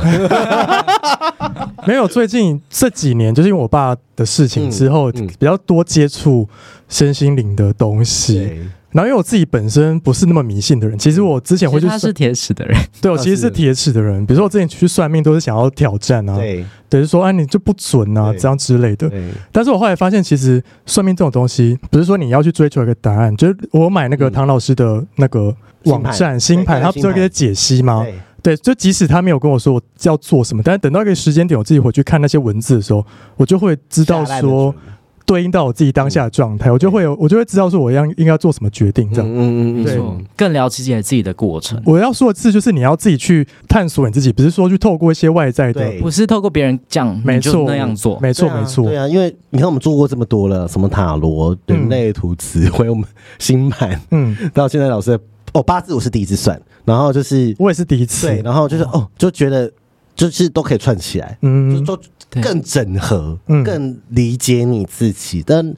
Speaker 2: 没有，最近这几年就是因为我爸的事情之后，
Speaker 1: 嗯嗯
Speaker 2: 比较多接触身心灵的东西。
Speaker 1: 对，
Speaker 2: 然后因为我自己本身不是那么迷信的人，其实我之前会
Speaker 3: 其
Speaker 2: 去
Speaker 3: 实他是
Speaker 2: 算，
Speaker 3: 铁齿的人，
Speaker 2: 对我
Speaker 1: 啊
Speaker 2: 其实是
Speaker 1: 是
Speaker 2: 铁齿的人。比如说我之前去算命，都是想要挑战啊，
Speaker 1: 对
Speaker 2: 对，就说啊你就不准啊
Speaker 1: 对
Speaker 2: 这样之类的。
Speaker 1: 对，
Speaker 2: 但是我后来发现，其实算命这种东西，不是说你要去追求一个答案。就是我买那个
Speaker 1: 嗯
Speaker 2: 唐老师的那个网站
Speaker 1: 星
Speaker 2: 星
Speaker 1: 盘
Speaker 2: 盘，
Speaker 1: 对
Speaker 2: 他不是会
Speaker 1: 星盘
Speaker 2: 给解析吗？
Speaker 1: 对
Speaker 2: 对，就即使他没有跟我说我要做什么，但是等到一个时间点，我自己回去看那些文字的时候，我就会知道
Speaker 1: 下烂的
Speaker 2: 说
Speaker 1: 准
Speaker 2: 对应到我自己当下的状态，我就会有，我就会知道说我要应该做什么决定这样。
Speaker 1: 嗯嗯嗯嗯，
Speaker 2: 对
Speaker 1: 嗯
Speaker 3: 更了解自己的过程，
Speaker 2: 我要说的是，就是你要自己去探索你自己，不是说去透过一些外在的
Speaker 1: 对，
Speaker 3: 不是透过别人讲
Speaker 2: 没
Speaker 3: 你
Speaker 2: 错
Speaker 3: 就，那样做。
Speaker 2: 没错，
Speaker 1: 对啊
Speaker 2: 没错
Speaker 1: 对，啊，因为你看我们做过这么多了，什么塔罗、人类图词汇，我们 星盘，
Speaker 2: 嗯，
Speaker 1: 到现在老师的哦八字我是第一次算，然后就是
Speaker 2: 我也是第一次
Speaker 1: 对，，然后就是哦，就觉得就是都可以串起来，
Speaker 2: 嗯，
Speaker 1: 就都
Speaker 3: 对
Speaker 1: 更整合，
Speaker 2: 嗯
Speaker 1: 更理解你自己。但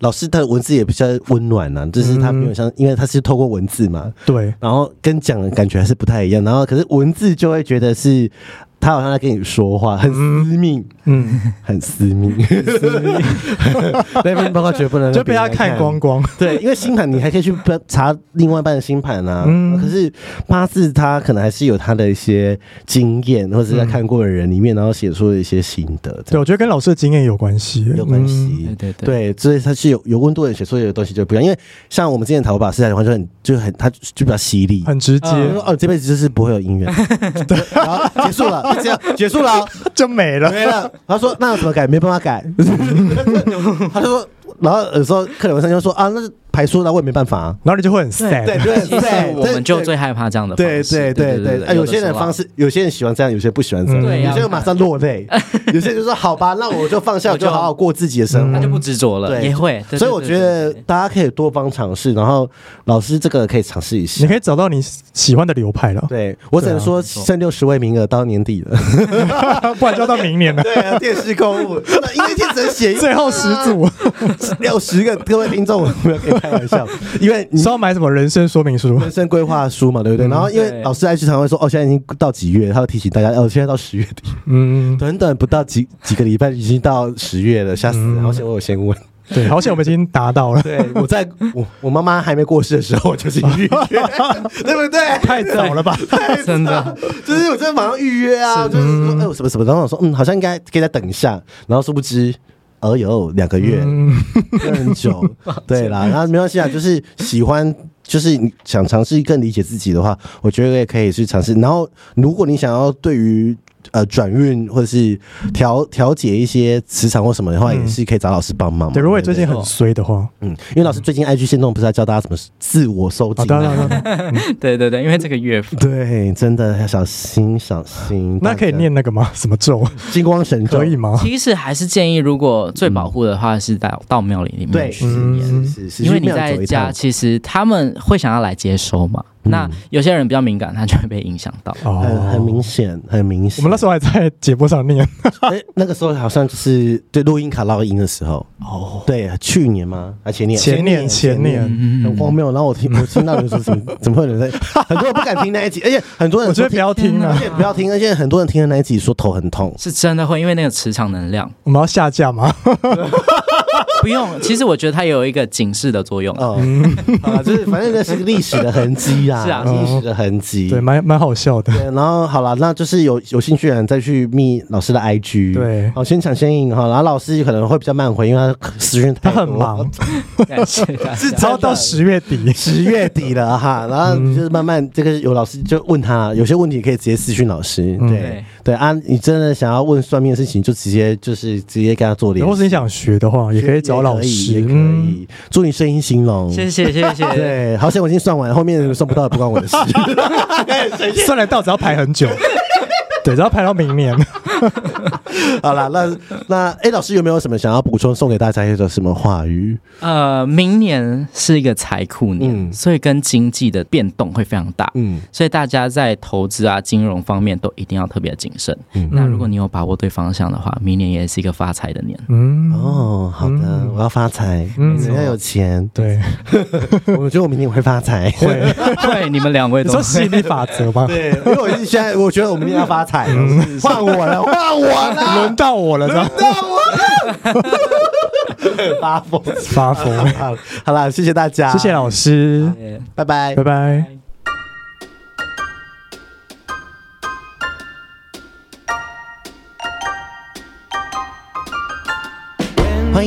Speaker 1: 老师的文字也比较温暖啊，就是他没有像，因为他是透过文字嘛，
Speaker 2: 对，
Speaker 1: 然后跟讲的感觉还是不太一样。然后可是文字就会觉得是他好像在跟你说话，很私密，
Speaker 2: 嗯，
Speaker 1: 很私密， 那边包括绝不能
Speaker 2: 就被他
Speaker 1: 别人
Speaker 2: 看光光，
Speaker 1: 对，因为星盘你还可以去查另外一半的星盘啊，
Speaker 2: 嗯
Speaker 1: 可是八字它可能还是有它的一些经验，或者是在看过的人里面，然后写出的一些心得，这
Speaker 2: 对
Speaker 1: 样
Speaker 2: 我觉得跟老师的经验有关系，
Speaker 1: 有关
Speaker 2: 嗯，
Speaker 1: 系。
Speaker 3: 对对对，
Speaker 1: 对，所以它是有有温度的写出的东西就不一样，因为像我们之前讨论法师来的话，就很就很它就比较犀利，
Speaker 2: 很直接，
Speaker 1: 就说哦这辈子就是不会有姻缘，对，然后结束了，就这样结束了哦，
Speaker 2: 就没了，
Speaker 1: 没了。他说 那有什么改？没办法改。他就说，然后有时候客人文生就说啊，那排错，那我也没办法、啊。
Speaker 2: 然后你就会很 sad。
Speaker 1: 对对
Speaker 3: 其实
Speaker 1: 对，
Speaker 3: 我们就最害怕这样的方
Speaker 1: 对
Speaker 3: 式。
Speaker 1: 对对对对。哎，有些人方，式，有些人喜欢这样，有些人不喜欢这样，
Speaker 2: 嗯对
Speaker 3: 啊
Speaker 1: 有些人马上落泪，有些人就说好吧，那我就放下，
Speaker 3: 我
Speaker 1: 我
Speaker 3: 就
Speaker 1: 就好好过自己的生
Speaker 3: 他
Speaker 1: 活。
Speaker 3: 就不执着了，
Speaker 1: 对
Speaker 3: 也会。对
Speaker 1: 所以我觉得，
Speaker 3: 对对对对
Speaker 1: 大家可以多方尝试，然后老师这个可以尝试一
Speaker 2: 你
Speaker 1: 下。
Speaker 2: 可以找到你喜欢的流派了，
Speaker 1: 对我只能说剩六十位名额到年底了。
Speaker 2: 不然就要到明年了，
Speaker 1: 对啊，电视购物， 那因为天只能写一
Speaker 2: 最后十
Speaker 1: 啊
Speaker 2: 组
Speaker 1: 六十个，各位听众，我没有跟你开玩笑，因为你
Speaker 2: 是要买什么人生说明书？
Speaker 1: 人生规划书嘛，对不对？然后因为
Speaker 3: 对
Speaker 1: 老师在时常会说，哦，现在已经到几月，他会提醒大家，哦，现在到十月底，
Speaker 2: 嗯，
Speaker 1: 短短不到几几个礼拜，已经到十月了，吓死了！好险我有先问。
Speaker 2: 对，好险我们已经达到了，
Speaker 1: 对，我在我我妈妈还没过世的时候，我就是预约，对不对？
Speaker 2: 太早了吧？
Speaker 3: 真的，
Speaker 1: 就是我在马上预约啊，就是说，哎，我什么什么，然后我说，嗯，好像应该可以再等一下，然后殊不知，哦呦，两个月，
Speaker 2: 嗯，
Speaker 1: 很 久，对啦，然后没关系啊，就是喜欢，就是你想尝试更理解自己的话，我觉得也可以去尝试。然后，如果你想要对于呃转运或者是调调节一些磁场或什么的话，也是可以找老师帮忙嘛。
Speaker 2: 嗯对，如果你最近
Speaker 1: 不
Speaker 2: 很衰的话，
Speaker 1: 嗯，因为老师最近 IG 线动不是在教大家怎么自我收
Speaker 2: 啊，
Speaker 1: 紧
Speaker 2: 当
Speaker 1: 吗、
Speaker 2: 然 了，
Speaker 3: 对对对，因为这个月份
Speaker 1: 对，真的要小心小心。
Speaker 2: 那可以念那个吗？什么咒？
Speaker 1: 金光神咒
Speaker 2: 可以吗？
Speaker 3: 其实还是建议，如果最保护的话是到到庙里里
Speaker 1: 对，
Speaker 3: 面去，
Speaker 2: 嗯
Speaker 1: 是是是，
Speaker 3: 因为你
Speaker 1: 去庙
Speaker 3: 在
Speaker 1: 走一
Speaker 3: 家，
Speaker 1: 趟
Speaker 3: 其实他们会想要来接收嘛。那有些人比较敏感，他就会被影响到。
Speaker 1: 很很
Speaker 2: 哦，
Speaker 1: 明显，很明
Speaker 2: 我
Speaker 1: 显。
Speaker 2: 们那时候还在节目上 念，
Speaker 1: 哎、那个时候好像就是对录音卡烙音的时候，哦，对，去年吗？还前年？
Speaker 2: 前年前年。
Speaker 3: 嗯
Speaker 1: 很荒谬。然后我听我听到人说怎 么怎么会有人在，很多人不敢听那一集，而且很多人
Speaker 2: 我觉得不
Speaker 1: 说
Speaker 2: 要 听
Speaker 1: 而
Speaker 2: 啊，
Speaker 1: 且不要听，而且很多人听了那一集说头很痛。
Speaker 3: 是真的会，因为那个磁场能量
Speaker 2: 我们要下架吗？
Speaker 3: 不用。其实我觉得它有一个警示的作用。
Speaker 1: 嗯，啊，就是反正那是历史的痕迹啦，
Speaker 3: 是啊
Speaker 1: 历史的痕迹。
Speaker 2: 对，蛮蛮好笑的。
Speaker 1: 对，然后好了，那就是有有兴趣的人再去密老师的 IG，
Speaker 2: 对
Speaker 1: 好先抢先赢哈。然后老师可能会比较慢回，因为他时间
Speaker 2: 他
Speaker 1: 太
Speaker 2: 很
Speaker 1: 多
Speaker 2: 忙，
Speaker 3: 感谢 大家。
Speaker 2: 然后到十月底，
Speaker 1: 十月底了
Speaker 2: 嗯
Speaker 1: 哈，然后就是慢慢这个有老师就问他，有些问题可以直接私讯老师，
Speaker 2: 嗯
Speaker 1: 对
Speaker 3: 对
Speaker 1: 对啊，你真的想要问算命的事情，就直接就是直接跟他做联
Speaker 2: 或是
Speaker 1: 系，
Speaker 2: 你想学的话，也可以找老
Speaker 1: 也
Speaker 2: 师。
Speaker 1: 可以，
Speaker 2: 嗯，
Speaker 1: 祝你生意兴隆，
Speaker 3: 谢谢谢 谢。
Speaker 1: 对，好险我已经算完，后面算不到也不关我的 事，
Speaker 2: 算来到只要排很 久，对，只要排到明年。
Speaker 1: 好啦，那那哎，老师有没有什么想要补充送给大家的什么话语？
Speaker 3: 呃，明年是一个财库年，
Speaker 1: 嗯
Speaker 3: 所以跟经济的变动会非常大。
Speaker 1: 嗯，
Speaker 3: 所以大家在投资啊、金融方面都一定要特别谨慎。那如果你有把握对方向的话，明年也是一个发财的年。
Speaker 2: 嗯，
Speaker 1: 哦，好的，我要发财，
Speaker 2: 嗯
Speaker 1: 只要有钱，
Speaker 2: 对，
Speaker 1: 我觉得我明天会发 财。
Speaker 2: 会。
Speaker 3: 对，你们两位
Speaker 2: 你
Speaker 3: 都
Speaker 2: 说吸引力法则吗？
Speaker 1: 对，因为我一直现在我觉得我们一定要发财了，换我了，嗯 换我了，
Speaker 2: 轮到我了，这样
Speaker 1: 发疯。
Speaker 2: 发疯。
Speaker 1: 好，好啦，谢谢大家，
Speaker 2: 谢谢，老师，
Speaker 1: 拜拜
Speaker 2: 拜。拜。
Speaker 1: 欢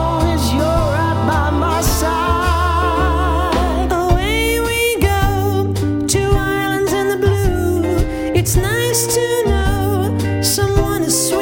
Speaker 4: as you're right by my side. Away we go to islands in the blue. It's nice to know someone is sweet.